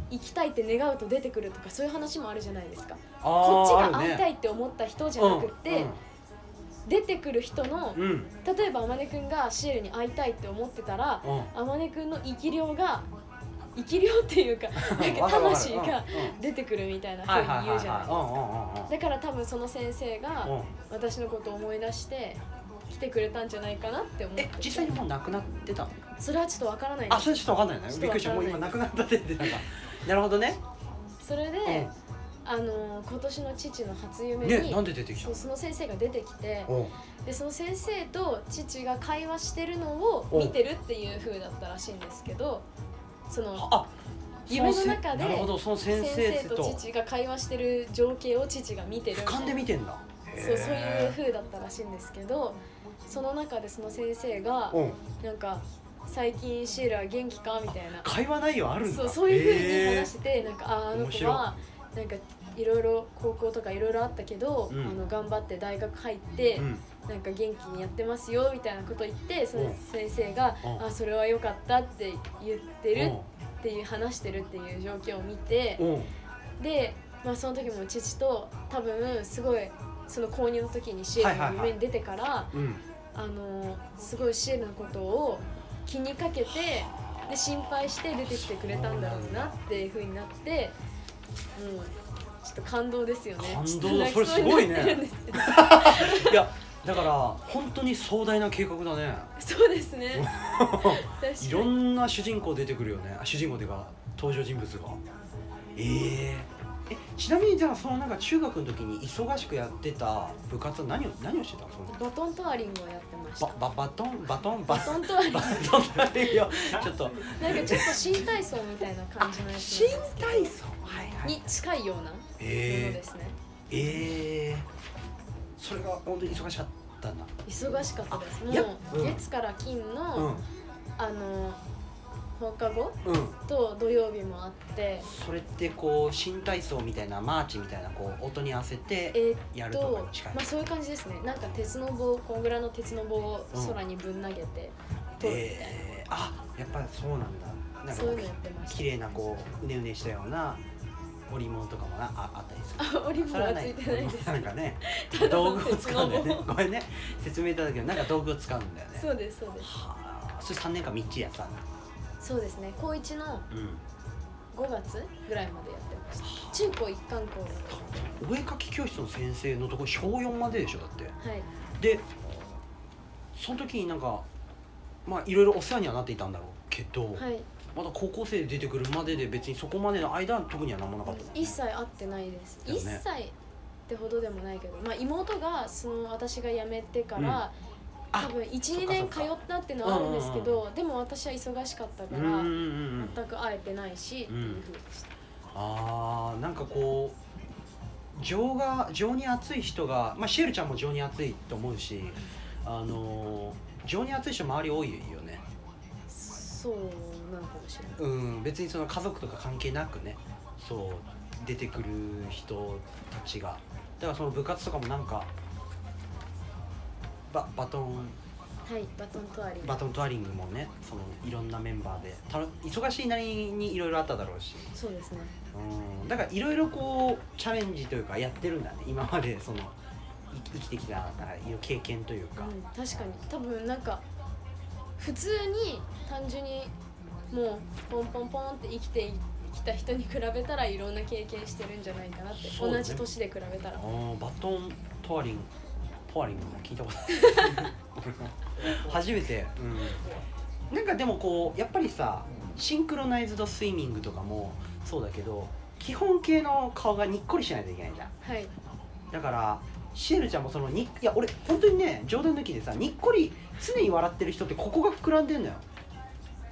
Speaker 2: う行きたいって願うと出てくるとかそういう話もあるじゃないですか
Speaker 1: あ
Speaker 2: こっち
Speaker 1: あ
Speaker 2: が会いたいって思った人じゃなくって出てくる人の
Speaker 1: うんうん
Speaker 2: 例えばあまねくんがシエルに会いたいって思ってたら
Speaker 1: うん
Speaker 2: あまねくんの生き量が生き量って いうかなんか魂
Speaker 1: わかるわ
Speaker 2: が
Speaker 1: かるうんうん
Speaker 2: 出てくるみたいな
Speaker 1: はいはい
Speaker 2: 風に言うじゃないですか
Speaker 1: は
Speaker 2: だから多分その先生
Speaker 1: いはいうんうんうん
Speaker 2: が
Speaker 1: うん
Speaker 2: 私のことを思い出して来てくれたんじゃないかなって思って
Speaker 1: え実際にもう亡くなってたの
Speaker 2: それはちょっとわからないで
Speaker 1: あ
Speaker 2: す
Speaker 1: それちょっとわかんないね
Speaker 2: ちょっと
Speaker 1: びっくりした
Speaker 2: わ
Speaker 1: も
Speaker 2: か
Speaker 1: うん
Speaker 2: ない
Speaker 1: 今亡くなったって言ってたからなるほどね
Speaker 2: それ
Speaker 1: うん
Speaker 2: であのー今年の父の初夢
Speaker 1: ね
Speaker 2: に
Speaker 1: なんで出てきた
Speaker 2: そう
Speaker 1: の
Speaker 2: その先生が出てきて
Speaker 1: うん
Speaker 2: でその先生と父が会話してるのを見てるっていう風だったらしいんですけどその
Speaker 1: あ
Speaker 2: 夢の中で
Speaker 1: なるほどその先
Speaker 2: 先
Speaker 1: 生
Speaker 2: 生と
Speaker 1: と
Speaker 2: 父が会話してる情景を父が見てる
Speaker 1: 俯瞰で見てんだ
Speaker 2: そうそういう
Speaker 1: へ
Speaker 2: 風だったらしいんですけどその中でその先生が
Speaker 1: ーうん
Speaker 2: なんか「最近シエルは元気か?」みたいな
Speaker 1: 会話内容あるんだ
Speaker 2: そうそういう風に
Speaker 1: へー
Speaker 2: 話しててなんかあーあの
Speaker 1: 面
Speaker 2: 子
Speaker 1: 白い
Speaker 2: はなんかいろいろ高校とかいろいろあったけど、
Speaker 1: うん
Speaker 2: あの頑張って大学入って、
Speaker 1: うん
Speaker 2: なんか元気にやってますよみたいなこと言ってその先生が「
Speaker 1: うん
Speaker 2: あそれは良かった」って言って
Speaker 1: う
Speaker 2: る
Speaker 1: ん
Speaker 2: っていう話してるっていう状況を見て
Speaker 1: うん
Speaker 2: で、まあ、その時も父と多分すごいその購入の時にシエルの夢に出てから、
Speaker 1: うん
Speaker 2: あのすごいシエルのことを気にかけてで心配して出てきてくれたんだろうなっていうふうになって、うん、ちょっと感動ですよね
Speaker 1: 感動
Speaker 2: ちょっと 泣きう
Speaker 1: それすごいね
Speaker 2: になってるんですけど
Speaker 1: いやだから本当に壮大な計画だね
Speaker 2: そうです ね確かに
Speaker 1: いろんな主人公出てくるよねあ主人公というか登場人物がえーえちなみにじゃあそのなんか中学の時に忙しくやってた部活は何を何をしてたのその
Speaker 2: バトントワリングをやってました
Speaker 1: バババトンバトンバ
Speaker 2: バ
Speaker 1: ト
Speaker 2: ト
Speaker 1: ン
Speaker 2: ントワリング
Speaker 1: バトンバトンい やちょっと
Speaker 2: なんかちょっと新体操みたいな感じのやつ
Speaker 1: 新体操はいはい
Speaker 2: に近いようなもの
Speaker 1: え
Speaker 2: ですね、
Speaker 1: ー、えー、それが本当に忙しかったんだ
Speaker 2: 忙しかったです
Speaker 1: あいや
Speaker 2: も
Speaker 1: う
Speaker 2: うん月から金の、
Speaker 1: うん
Speaker 2: あの放課後
Speaker 1: うん
Speaker 2: と土曜日もあって
Speaker 1: それってこう新体操みたいなマーチみたいなこう音に合わせて
Speaker 2: えーっ
Speaker 1: やるとか
Speaker 2: と
Speaker 1: に近い
Speaker 2: まあそういう感じですねなんか鉄の棒こんぐらいの鉄の棒を空にぶん投げて取るみたい
Speaker 1: えー、あやっぱりそうなんだ
Speaker 2: な、
Speaker 1: なんか
Speaker 2: そ
Speaker 1: こ
Speaker 2: ういう
Speaker 1: う
Speaker 2: のやってました
Speaker 1: 綺麗なこううねうねしたような織物とかもなああったりする
Speaker 2: あオリーブがつい てないです
Speaker 1: んかね
Speaker 2: ただ
Speaker 1: 道
Speaker 2: の
Speaker 1: 具を
Speaker 2: 鉄
Speaker 1: 使う
Speaker 2: の
Speaker 1: んだよねご
Speaker 2: 棒
Speaker 1: めんね説明いただけどなんか道具を使うんだよね
Speaker 2: そうですそうです
Speaker 1: はあそれ3年間みっちりやってたんだ
Speaker 2: そうですね高一の
Speaker 1: うん
Speaker 2: 5月ぐらいまでやってました中高一貫校
Speaker 1: お絵描き教室の先生のとこ小4まででしょだって
Speaker 2: はい
Speaker 1: でその時になんかまあいろいろお世話にはなっていたんだろうけど、
Speaker 2: はい
Speaker 1: まだ高校生で出てくるまでで別にそこまでの間は特には何もなかったもんね
Speaker 2: 一切会ってないです、
Speaker 1: だよ
Speaker 2: 一
Speaker 1: ね
Speaker 2: 切ってほどでもないけど、まあ、妹がその私が辞めてから、
Speaker 1: あ
Speaker 2: 多分
Speaker 1: そっ
Speaker 2: 12
Speaker 1: かそ
Speaker 2: 年
Speaker 1: っ
Speaker 2: 通
Speaker 1: か
Speaker 2: ったってのはあるんですけ
Speaker 1: うん
Speaker 2: どでも私は忙しかった
Speaker 1: う
Speaker 2: か
Speaker 1: んうんう
Speaker 2: ら
Speaker 1: んうん
Speaker 2: 全く会えてないし、っていうふうでした
Speaker 1: あーなんかこう情が情に熱い人が、まあ、シエルちゃんも情に熱いと思うしあのー情に熱い人周り多いよね
Speaker 2: そうなのかもしれない
Speaker 1: うん別にその家族とか関係なくねそう出てくる人たちがだからその部活とかもなんかババトン
Speaker 2: はいバトントワリン
Speaker 1: バトントワリングもねそのいろんなメンバーでたの忙しいなりにいろいろあっただろうし
Speaker 2: そうですね
Speaker 1: うんだからいろいろこうチャレンジというかやってるんだね今までそのい生きてきたなんかいろ経験という
Speaker 2: う
Speaker 1: か、
Speaker 2: ん確かに多分なんか普通に単純にもうポンポンポンって生きてきた人に比べたらいろんな経験してるんじゃないかなって、
Speaker 1: そうね
Speaker 2: 同じ年で比べたら
Speaker 1: うんバトントワリングトワリングも聞いたことない初めて、うん、なんかでもこうやっぱりさシンクロナイズドスイミングとかもそうだけど基本形の顔がにっこりしないといけないじゃん
Speaker 2: はい
Speaker 1: だからシエルちゃんもそのにいや俺本当にね冗談抜きでさにっこり常に笑ってる人ってここが膨らんでんのよ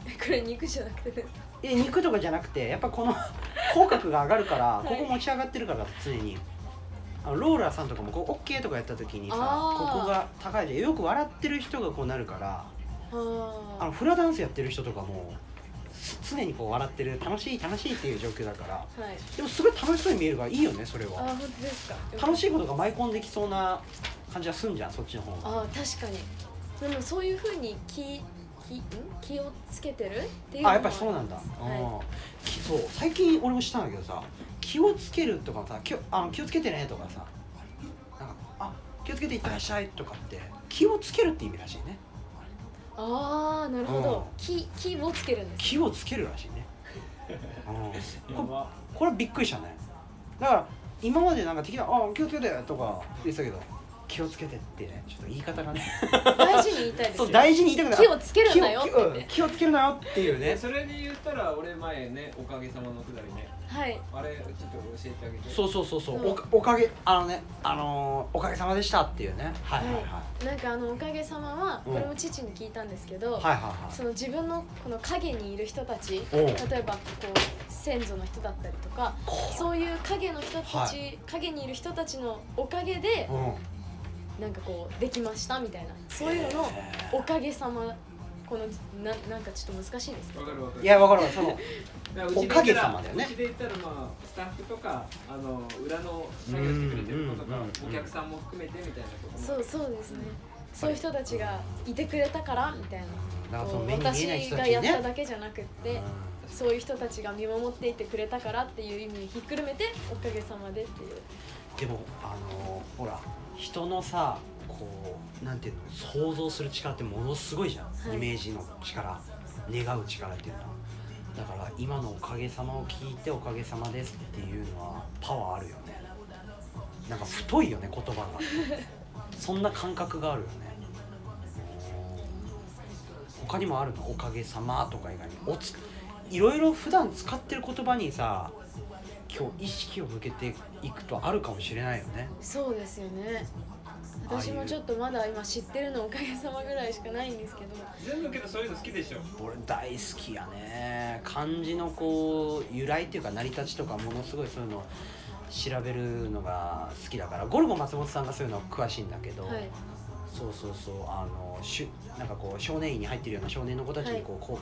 Speaker 2: これ肉じゃなくて
Speaker 1: え肉とかじゃなくてやっぱこ の口角が上がるから、
Speaker 2: い
Speaker 1: ここ持ち上がってるから常にあのローラーさんとかもこうオッケーとかやった時にさ
Speaker 2: あー
Speaker 1: ここが高いじゃんよく笑ってる人がこうなるからあの
Speaker 2: あ
Speaker 1: フラダンスやってる人とかもす常にこう笑ってる楽しい楽しいっていう状況だから
Speaker 2: あはい
Speaker 1: でもすごい楽しそうに見えるからいいよねそれ
Speaker 2: あ
Speaker 1: は
Speaker 2: 本当ですか
Speaker 1: 楽しいことが舞い込んできそうな感じはすんじゃんそっちの方が
Speaker 2: あ確かにでもそういうふうに気気ん気をつけてるっていうの
Speaker 1: あやっぱりそうなんだ、
Speaker 2: は
Speaker 1: うんきそう最近俺もしたんだけどさ気をつけるとかさ気をあの気をつけてねとかさなんかあ気をつけていってらっしゃいとかって気をつけるって意味らしいね
Speaker 2: ああなるほ
Speaker 1: うん
Speaker 2: ど気気をつけるんです
Speaker 1: 気をつけるらしいね、うん、
Speaker 3: や
Speaker 1: こ
Speaker 3: ば
Speaker 1: これはびっくりしたねだから今までなんか的な「あ気をつけて」とか言ってたけど気をつけてってねちょっと言い方がね
Speaker 2: 大事に言いたいです
Speaker 1: そ
Speaker 2: よ
Speaker 1: う大事に言いたくない
Speaker 2: 気をつけるんだよって
Speaker 1: 気を気を気をつけるなよっていう
Speaker 3: え
Speaker 1: ね
Speaker 3: それで言ったら俺前ねおかげさまのくだりね
Speaker 2: はい
Speaker 3: あれちょっと教えてあげて
Speaker 1: そうそうそうそう、おかおかげあのねあのーおかげさまでしたっていうねはいはいはい、
Speaker 2: なんかあのおかげさまは
Speaker 1: うん
Speaker 2: これも父に聞いたんですけど、
Speaker 1: はいはいはい
Speaker 2: その自分のこの影にいる人たち
Speaker 1: おう
Speaker 2: 例えばこう先祖の人だったりとかそういう影の人たち、
Speaker 1: は
Speaker 2: 影にいる人たちのおかげで
Speaker 1: うん
Speaker 2: なんかこうできましたみたいなそういうののおかげさまこのななんかちょっと難しいですけど
Speaker 3: わかるわかる
Speaker 1: いやわかるわその
Speaker 3: だからうちで言
Speaker 1: おかげさまだよね
Speaker 3: ったらうちで言ったらまあスタッフとかあの裏の作業してくれてる子とか
Speaker 1: うんうんうん
Speaker 3: お客さんも含めてみたいなことも
Speaker 2: そうそうですねそういう人たちがいてくれたからみたい
Speaker 1: だから
Speaker 2: な
Speaker 1: その
Speaker 2: こう
Speaker 1: 目に見えない
Speaker 2: 私
Speaker 1: 人た
Speaker 2: が
Speaker 1: ち
Speaker 2: やっ
Speaker 1: ね
Speaker 2: ただけじゃなくって、
Speaker 1: うん
Speaker 2: そういう人たちが見守っていてくれたからっていう意味をひっくるめておかげさまでっていう
Speaker 1: でもあのーほら人のさこうなんていうの想像する力ってものすごいじゃん、
Speaker 2: はい
Speaker 1: イメージの力願う力っていうのはだから今の「おかげさま」を聞いて「おかげさまです」っていうのはパワーあるよねなんか太いよね言葉がそんな感覚があるよね他にもあるの「おかげさま」とか以外におついろいろ普段使ってる言葉にさ今日意識を向けていくとあるかもしれないよね
Speaker 2: そうですよね
Speaker 1: ああいう
Speaker 2: 私もちょっとまだ今知ってるのおかげさまぐらいしかないんですけど
Speaker 3: 全部けどそういうの好きでしょ
Speaker 1: 俺大好きやね漢字のこう由来っていうか成り立ちとかものすごいそういうの調べるのが好きだからゴルゴ松本さんがそういうの詳しいんだけど、
Speaker 2: はい
Speaker 1: そうそうそうあのしゅなんかこう少年院に入ってるような少年の子たちにこう、こう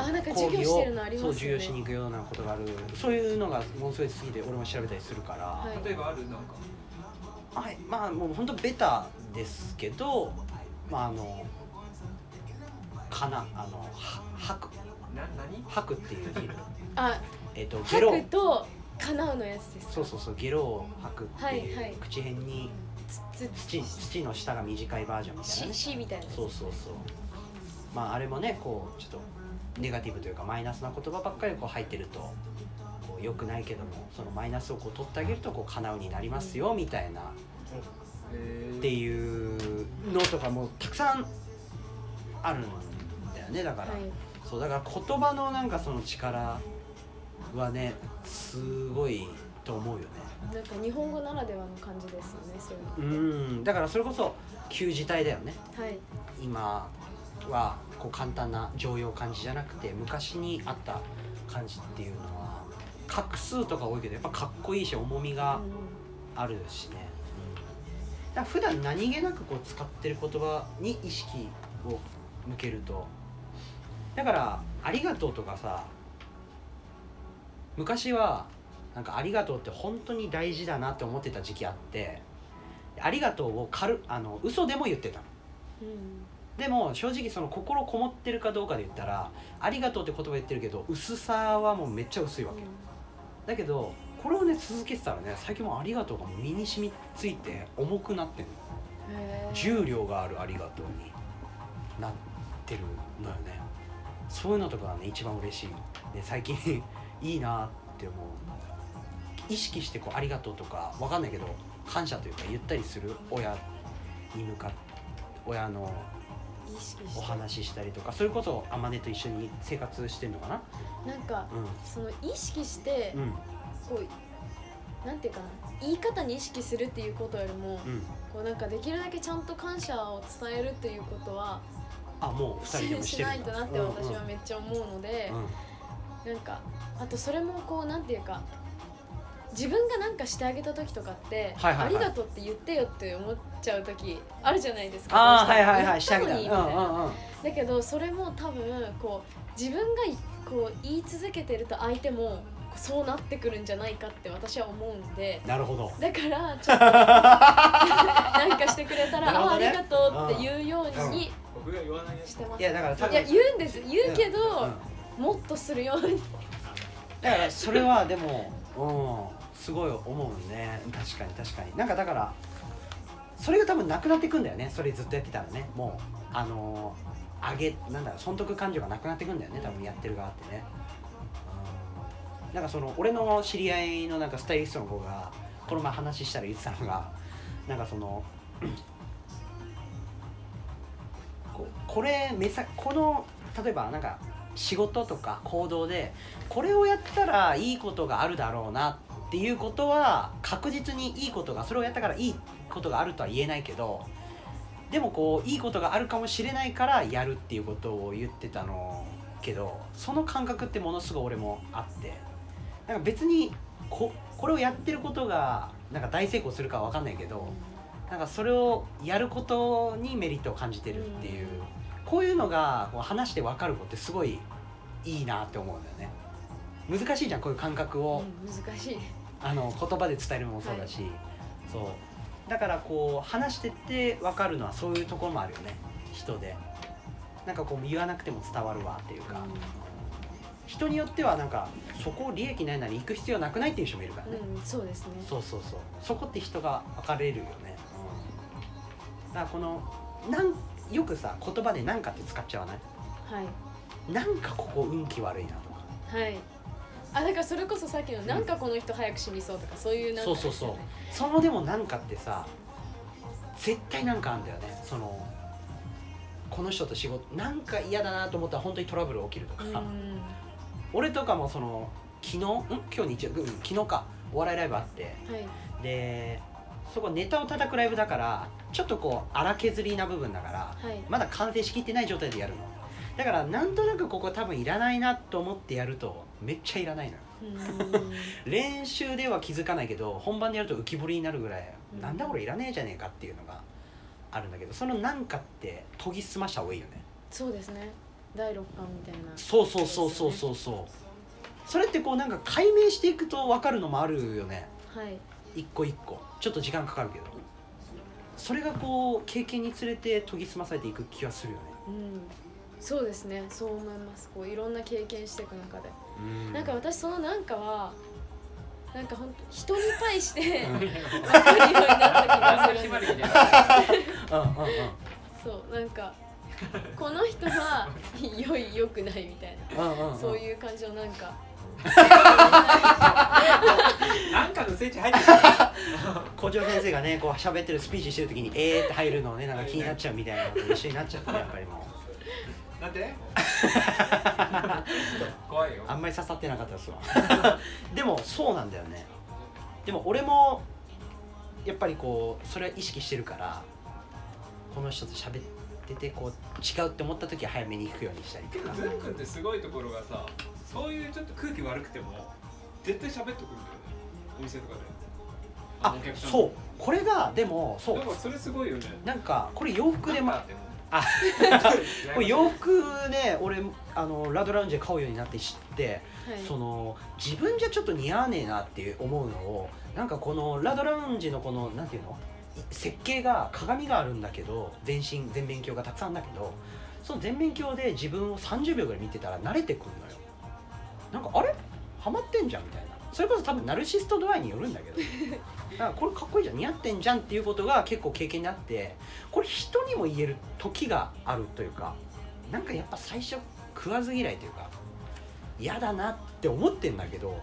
Speaker 2: あなんか
Speaker 1: 講
Speaker 2: 授業
Speaker 1: 義
Speaker 2: して
Speaker 1: を
Speaker 2: るのあり
Speaker 1: そう
Speaker 2: ます
Speaker 1: 授
Speaker 2: よ
Speaker 1: 業し
Speaker 2: ね
Speaker 1: に行くようなことがあるそういうのがものすごい好きで俺も調べたりするから、
Speaker 2: は
Speaker 3: 例えばあるなんか
Speaker 1: はい、まあもう本当ベタですけどまああのかなあのは吐く
Speaker 3: な何
Speaker 1: 吐くっていう字
Speaker 2: あ
Speaker 1: えっとゲロ
Speaker 2: 吐くと叶うのやつです
Speaker 1: そうそうそうゲロを吐くっていう、
Speaker 2: はいはい
Speaker 1: 口辺に
Speaker 2: つ
Speaker 1: 土土の下が短いバージョンみたいな
Speaker 2: し
Speaker 1: ね
Speaker 2: しみたいな
Speaker 1: そうそうそうまああれもねこうちょっとネガティブというかマイナスな言葉ばっかりこう入ってるとこう良くないけどもそのマイナスをこう取ってあげるとこう叶うになりますよみたいな
Speaker 3: え
Speaker 1: っ
Speaker 3: ー
Speaker 1: ていうのとかもたくさんあるんだよねだから、
Speaker 2: はい
Speaker 1: そうだから言葉のなんかその力はねすごいと思うよね
Speaker 2: なんか日本語ならではの感じですよねそういうの
Speaker 1: うんだからそれこそ旧字体だよね
Speaker 2: はい
Speaker 1: 今はこう簡単な常用漢字じゃなくて昔にあった漢字っていうのは画数とか多いけどやっぱかっこいいし重みが
Speaker 2: うんうん
Speaker 1: あるしね、うん、だから普段何気なくこう使ってる言葉に意識を向けるとだから「ありがとう」とかさ昔はなんか「ありがとう」って本当に大事だなって思ってた時期あって「ありがとう」を軽あの嘘でも言ってたの
Speaker 2: うん
Speaker 1: でも正直その心こもってるかどうかで言ったら「ありがとう」って言葉言ってるけど薄さはもうめっちゃ薄いわけだけどこれをね続けてたらね最近もうありがとうが身に染みついて重くなってる
Speaker 2: へー
Speaker 1: 重量があるありがとうになってるのよねそういうのとかがね一番嬉しいで最近 いいなって思う意識してこう「ありがとう」とかわかんないけど感謝というか言ったりする親に向かって親の
Speaker 2: 意識
Speaker 1: お
Speaker 2: して
Speaker 1: 話ししたりとかそれこそあまねと一緒に生活してんのかな
Speaker 2: なんか
Speaker 1: う
Speaker 2: その意識して
Speaker 1: んうん
Speaker 2: こうなんていうかな言い方に意識するっていうことより
Speaker 1: う
Speaker 2: も
Speaker 1: ん
Speaker 2: こうなんかできるだけちゃんと感謝を伝えるっていうことは
Speaker 1: あもう二人でもし
Speaker 2: して
Speaker 1: る
Speaker 2: ないとなって私は
Speaker 1: っ
Speaker 2: めっちゃ思うので、なんかあとそれもこうなんていうか自分がなんかしてあげた時とかって、
Speaker 1: はいはいはい
Speaker 2: ありがとうって言ってよって思っちゃう時あるじゃないですか
Speaker 1: ああ
Speaker 2: どう
Speaker 1: はい
Speaker 2: ても
Speaker 1: はい はいしてあげた
Speaker 2: 言ったのにみたいな
Speaker 1: うんうんうん
Speaker 2: だけどそれも多分こう自分がいこう言い続けてると相手もそうなってくるんじゃないかって私は思うんで
Speaker 1: なるほど
Speaker 2: だからちょっと なんかしてくれたら、
Speaker 1: なる
Speaker 2: あ
Speaker 1: ほ
Speaker 2: あ
Speaker 1: ど
Speaker 2: ー
Speaker 1: ね
Speaker 2: ありがとうって言うように
Speaker 4: 僕が言わないやつ
Speaker 2: してます
Speaker 1: いやだから多分
Speaker 2: いや言うんです言うけど、
Speaker 1: うん
Speaker 2: もっとするように
Speaker 1: だからそれはでもうんすごい思うね確かに確かになんかだからそれが多分なくなってくんだよねそれずっとやってたらねもうあのー、上げなんだろう損得感情がなくなってくんだよね多分やってる側ってねうんなんかその俺の知り合いのなんかスタイリストの子がこの前話したら言ってたのがなんかその こうこれ目さこの例えばなんか仕事とか行動でこれをやったらいいことがあるだろうなっていうことは確実にいいことがそれをやったからいいことがあるとは言えないけどでもこういいことがあるかもしれないからやるっていうことを言ってたのけどその感覚ってものすごい俺もあってなんか別にここれをやってることがなんか大成功するかは分かんないけどなんかそれをやることにメリットを感じてるっていう、こういうのがこう話して分かる子ってすごいいいなって思うんだよね難しいじゃんこういう感覚を、
Speaker 2: うん難しい
Speaker 1: あの言葉で伝えるのもそうだし、そうだからこう話してって分かるのはそういうところもあるよね人でなんかこう言わなくても伝わるわっていうか、
Speaker 2: うん
Speaker 1: 人によってはなんかそこを利益ないなら行く必要なくないっていう人もいるからね、
Speaker 2: うんそうですね
Speaker 1: そうそうそうそこって人が分かれるよね、うん、だからこのなんよくさ言葉で「なんか」って使っちゃわない
Speaker 2: はい
Speaker 1: なんかここ運気悪いなとか
Speaker 2: はいあだからそれこそさっきの
Speaker 1: ん
Speaker 2: なんかこの人早く死にそうとかそういうなんか
Speaker 1: そうそうそうそのでもなんかってさ絶対なんかあんだよねそのこの人と仕事なんか嫌だなと思ったら本当にトラブル起きるとか、
Speaker 2: うん
Speaker 1: 俺とかもその昨日ん今日日曜日うん昨日かお笑いライブあって
Speaker 2: はい
Speaker 1: でそこネタを叩くライブだからちょっとこう荒削りな部分だから
Speaker 2: はい
Speaker 1: まだ完成しきってない状態でやるのだからなんとなくここ多分いらないなと思ってやるとめっちゃいらないのよ
Speaker 2: うん
Speaker 1: 練習では気づかないけど本番でやると浮き彫りになるぐらい、
Speaker 2: うん
Speaker 1: なんだこれいらねえじゃねえかっていうのがあるんだけどそのなんかって研ぎ澄ました方がいいよね
Speaker 2: そうですね第六感みたいな
Speaker 1: そうそうそうそうそうそうそれってこうなんか解明していくと分かるのもあるよね
Speaker 2: はい
Speaker 1: 一個一個ちょっと時間かかるけどそれがこう経験につれて研ぎ澄まされていく気がするよね
Speaker 2: うんそうですねそう思いますこういろんな経験していく中で
Speaker 1: うん
Speaker 2: なんか私そのなんかはなんか本当人に対して
Speaker 1: うんうんうんうん
Speaker 2: 分かるようになった気がす
Speaker 3: 決
Speaker 2: るん
Speaker 3: ま
Speaker 2: で
Speaker 3: り
Speaker 2: す
Speaker 3: みたいな
Speaker 2: そうなんかこの人は良い良くないみたい
Speaker 1: うんう
Speaker 2: なんそういう感じのなんか
Speaker 3: なんかのスイッチ入ってた
Speaker 1: 校長先生がねこう喋ってるスピーチしてる時に「えー」って入るのをねなんか気になっちゃうみたいなのと一緒になっちゃったねやっぱりもう
Speaker 3: な んで怖いよ
Speaker 1: あんまり刺さってなかったです わでもそうなんだよねでも俺もやっぱりこうそれは意識してるからこの人と喋っててこう違うって思った時は早めに行くようにしたり
Speaker 3: け
Speaker 1: と
Speaker 3: ど
Speaker 1: か
Speaker 3: ズン君ってすごいところがさそういうちょっと空気悪くても絶対喋ってくるんだよねお店とかであ
Speaker 1: あ
Speaker 3: のお客さん
Speaker 1: そうこれがでもそう
Speaker 3: だからそれすごいよね
Speaker 1: なんかこれ洋服でも
Speaker 3: なんか
Speaker 1: あ
Speaker 3: でも
Speaker 1: これ洋服ね俺あのラドラウンジで買うようになって知って
Speaker 2: はい
Speaker 1: その自分じゃちょっと似合わねえなって思うのをなんかこのラドラウンジのこのなんていうのい設計が鏡があるんだけど全身全面鏡がたくさんあるんだけどその全面鏡で自分を30秒ぐらい見てたら慣れてくるのよなんかあれハマってんじゃんみたいなそれこそ多分ナルシスト度合いによるんだけど だからこれかっこいいじゃん似合ってんじゃんっていうことが結構経験になってこれ人にも言える時があるというかなんかやっぱ最初食わず嫌いというか嫌だなって思ってんだけど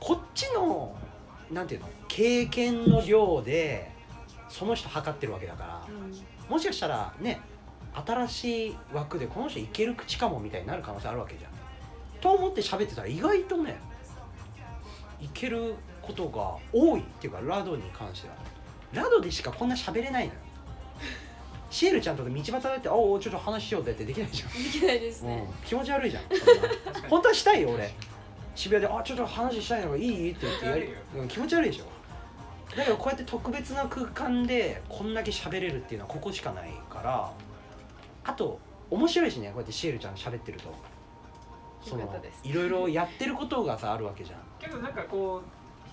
Speaker 1: こっちのなんていうの経験の量でその人測ってるわけだから
Speaker 2: う
Speaker 1: もしかしたらね新しい枠でこの人いける口かもみたいになる可能性あるわけじゃん。と思って喋ってたら意外とねいけることが多いっていうかラドに関してはラドでしかこんな喋れない のよ。シエルちゃんとか道端だって「おうおうちょっと話しようぜ」ってできないじゃん。
Speaker 2: んできないですね
Speaker 1: うん、気持ち悪いじゃんそんな本当はしたいよ俺渋谷で「あちょっと話したいのがいい?」って言ってやりうん気持ち悪いでしょだけどこうやって特別な空間でこんだけ喋れるっていうのはここしかないからあと面白いしねこうやってシエルちゃん喋ってるとそ
Speaker 2: よかっ
Speaker 1: の
Speaker 2: たです
Speaker 1: いろいろやってることがさあるわけじゃん
Speaker 3: けどなんかこう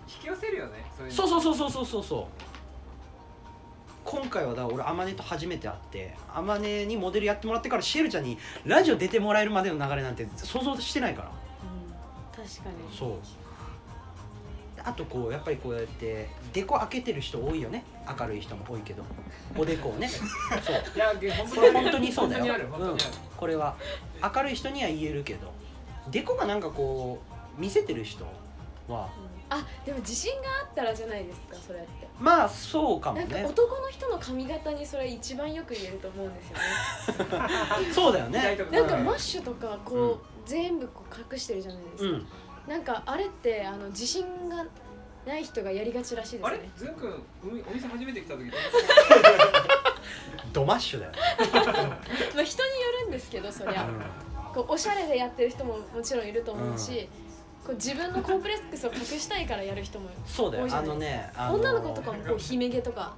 Speaker 3: 引き寄せるよねそういうの
Speaker 1: そうそうそうそうそうそうそう今回はだから俺天音と初めて会って天音にモデルやってもらってからシエルちゃんにラジオ出てもらえるまでの流れなんて想像してないから
Speaker 2: うん確かに
Speaker 1: そうあとこうやっぱりこうやってデコ開けてる人多いよね明るい人も多いけどおでこを ねそう
Speaker 3: いや本
Speaker 1: これ本当にそうだ
Speaker 3: 本当に
Speaker 1: よ
Speaker 3: ある本当に
Speaker 1: う
Speaker 3: ある
Speaker 1: ん、これは明るい人には言えるけどデコがなんかこう見せてる人は
Speaker 2: うんあでも自信があったらじゃないですかそれって
Speaker 1: まあそうかも
Speaker 2: なんか
Speaker 1: ね
Speaker 2: 男の人の髪型にそれ一番よく言えると思うんですよね
Speaker 1: そうだよ
Speaker 3: 意外
Speaker 1: ね
Speaker 3: と
Speaker 2: なんか
Speaker 1: うん
Speaker 2: マッシュとかこう全部こう隠してるじゃないです
Speaker 1: う
Speaker 2: か、
Speaker 1: ん
Speaker 2: なんかあれってあの自信がない人がやりがちらしいで
Speaker 3: あ
Speaker 2: す
Speaker 3: れ
Speaker 2: ね
Speaker 3: ズン君お店初めて来た時
Speaker 1: ドマッシュだよね、
Speaker 2: まあ人によるんですけどそりゃこうおしゃれでやってる人ももちろんいると思うし、こう自分のコンプレックスを隠したいからやる人も
Speaker 1: そうだ
Speaker 2: 多
Speaker 1: よ
Speaker 2: いじ
Speaker 1: あ
Speaker 2: ゃないですか
Speaker 1: のねあの
Speaker 2: 女の子とかもこう姫毛とか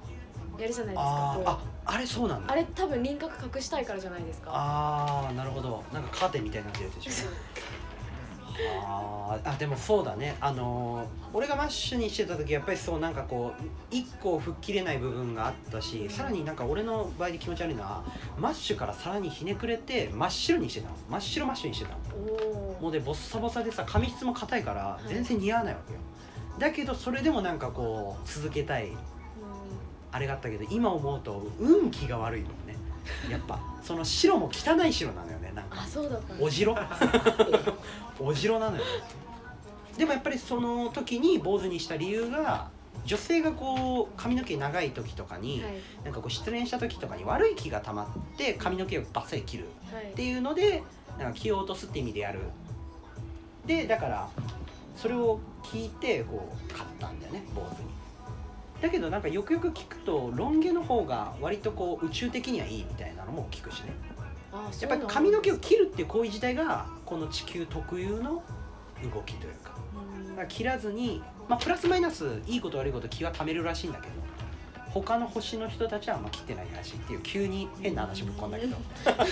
Speaker 2: やるじゃないですか
Speaker 1: あー
Speaker 2: こ
Speaker 1: ああれそうなん
Speaker 2: うあ
Speaker 1: だ
Speaker 2: れ多分輪郭隠したいからじゃないですか
Speaker 1: あーなるほどなんかカーテンみたいになってるやつでしょあーあでもそうだねあのー俺がマッシュにしてた時やっぱりそうなんかこう一個吹っ切れない部分があったしさらになんか俺の場合で気持ち悪いのはマッシュからさらにひねくれて真っ白にしてたの真っ白マッシュにしてたの
Speaker 2: お
Speaker 1: も
Speaker 2: お
Speaker 1: うでボッサボサでさ髪質も硬いから
Speaker 2: い
Speaker 1: 全然似合わないわけよ、だけどそれでもなんかこう続けたいあれがあったけど今思うと運気が悪いもんねやっぱその白も汚い白なのよねなんか
Speaker 2: あそうだったんだ
Speaker 1: お じろおじろなのよでもやっぱりその時に坊主にした理由が女性がこう髪の毛長い時とかに、
Speaker 2: はい
Speaker 1: なんかこう失恋した時とかに悪い気が溜まって髪の毛をバッサリ切る
Speaker 2: はい
Speaker 1: っていうのでなんか気を落とすって意味でやるでだからそれを聞いてこう買ったんだよね坊主にだけどなんかよくよく聞くとロン毛の方が割とこう宇宙的にはいいみたいなのも聞くしね
Speaker 2: あそ
Speaker 1: や
Speaker 2: う
Speaker 1: っ
Speaker 2: な
Speaker 1: ぱ
Speaker 2: ん
Speaker 1: り髪
Speaker 2: だ
Speaker 1: の毛を切るっていう行為自体がこの地球特有の動きというか
Speaker 2: うん
Speaker 1: だから切らずに、まあ、プラスマイナスいいこと悪いこと気は貯めるらしいんだけど他の星の人たちはあんま切ってないらしいっていう急に変な話ぶっこんだけど
Speaker 2: ス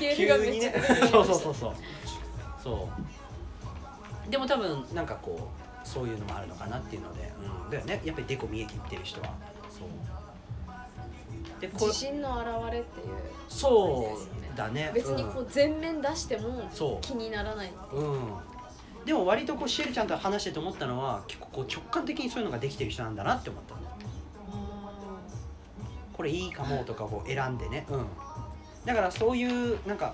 Speaker 2: ケールがめっ ちゃ高くなりました
Speaker 1: そうそうそうそうそうでも多分なんかこうそういうのもあるのかなっていうので、うん、だよねやっぱりデコ見え切ってる人はそうでこれ
Speaker 2: 自信の表れっていう
Speaker 1: そうだね
Speaker 2: 別にこう全面出しても
Speaker 1: そう
Speaker 2: 気にならない
Speaker 1: うん、うんでも割とこうシエルちゃんと話してて思ったのは結構こう直感的にそういうのができてる人なんだなって思ったんだ
Speaker 2: あ
Speaker 1: これいいかもとかを選んでね、うん、だからそういうなんか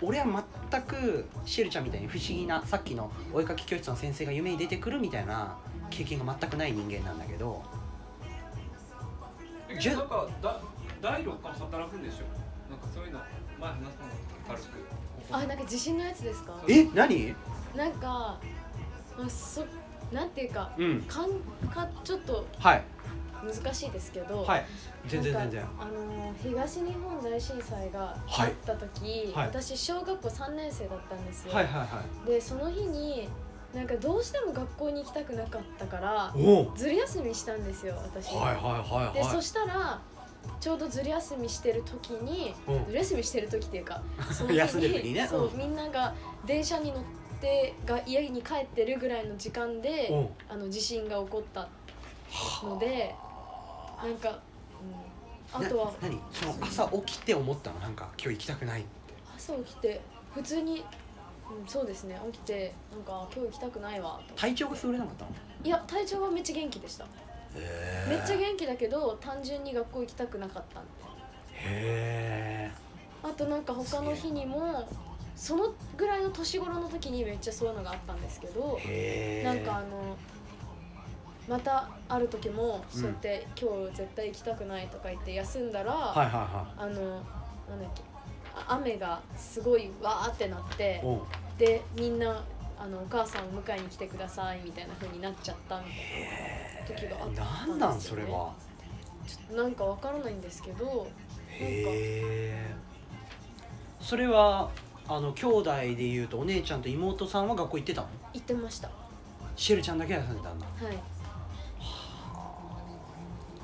Speaker 1: 俺は全くシエルちゃんみたいに不思議なさっきのお絵かき教室の先生が夢に出てくるみたいな経験が全くない人間なんだけど
Speaker 3: え
Speaker 1: じゅ
Speaker 3: なんかだ第六感働くんでしょなんかそういうの前話したの軽く
Speaker 2: ーあなんか自信のやつですか
Speaker 1: え何
Speaker 2: なんかあそなんていうか
Speaker 1: うん
Speaker 2: 感覚ちょっと
Speaker 1: はい
Speaker 2: 難しいですけど、
Speaker 1: はい全然
Speaker 2: なん
Speaker 1: 全
Speaker 2: か
Speaker 1: 然
Speaker 2: あのー東日本大震災が
Speaker 1: はい
Speaker 2: あった時、
Speaker 1: はい
Speaker 2: 私小学校3年生だったんですよ、
Speaker 1: はいはいは
Speaker 2: でその日になんかどうしても学校に行きたくなかったから
Speaker 1: いお
Speaker 2: ずる休みしたんですよ私、
Speaker 1: おはいはいはい
Speaker 2: で
Speaker 1: は
Speaker 2: そ
Speaker 1: い
Speaker 2: したらちょうどずる休みしてる時に
Speaker 1: うん
Speaker 2: ずる休みしてる時っていう かその日に
Speaker 1: 休んでる時にね
Speaker 2: そう、
Speaker 1: うん
Speaker 2: みんなが電車に乗ってが家に帰ってるぐらいの時間で、
Speaker 1: うん
Speaker 2: あの地震が起こったのでなんか、うん、あとは
Speaker 1: な何その朝起きて思ったのなんか今日行きたくないって
Speaker 2: 朝起きて普通に、うん、そうですね起きてなんか今日行きたくないわと
Speaker 1: 体調が優れなかったの
Speaker 2: いや体調はめっちゃ元気でした
Speaker 1: へ
Speaker 2: めっちゃ元気だけど単純に学校行きたくなかった
Speaker 1: へ
Speaker 2: あとなんか他の日にもそのぐらいの年頃の時にめっちゃそういうのがあったんですけど
Speaker 1: えへえ
Speaker 2: なんかあのまたある時も
Speaker 1: うん
Speaker 2: そうやって、今日絶対行きたくないとか言って休んだら、
Speaker 1: はいはいは
Speaker 2: あのなんだっけあ雨がすごいわーってなって
Speaker 1: いうん
Speaker 2: でみんなあのお母さんを迎えに来てくださいみたいな風になっちゃったみたいな時があったんですよ、
Speaker 1: な
Speaker 2: ね、
Speaker 1: んなんそれは
Speaker 2: ちょっとなんかわからないんですけど
Speaker 1: へえそれはあの兄弟でいうとお姉ちゃんと妹さんは学校行ってたの
Speaker 2: 行ってましたは
Speaker 1: シェルちゃんだけ休んでたんだ
Speaker 2: い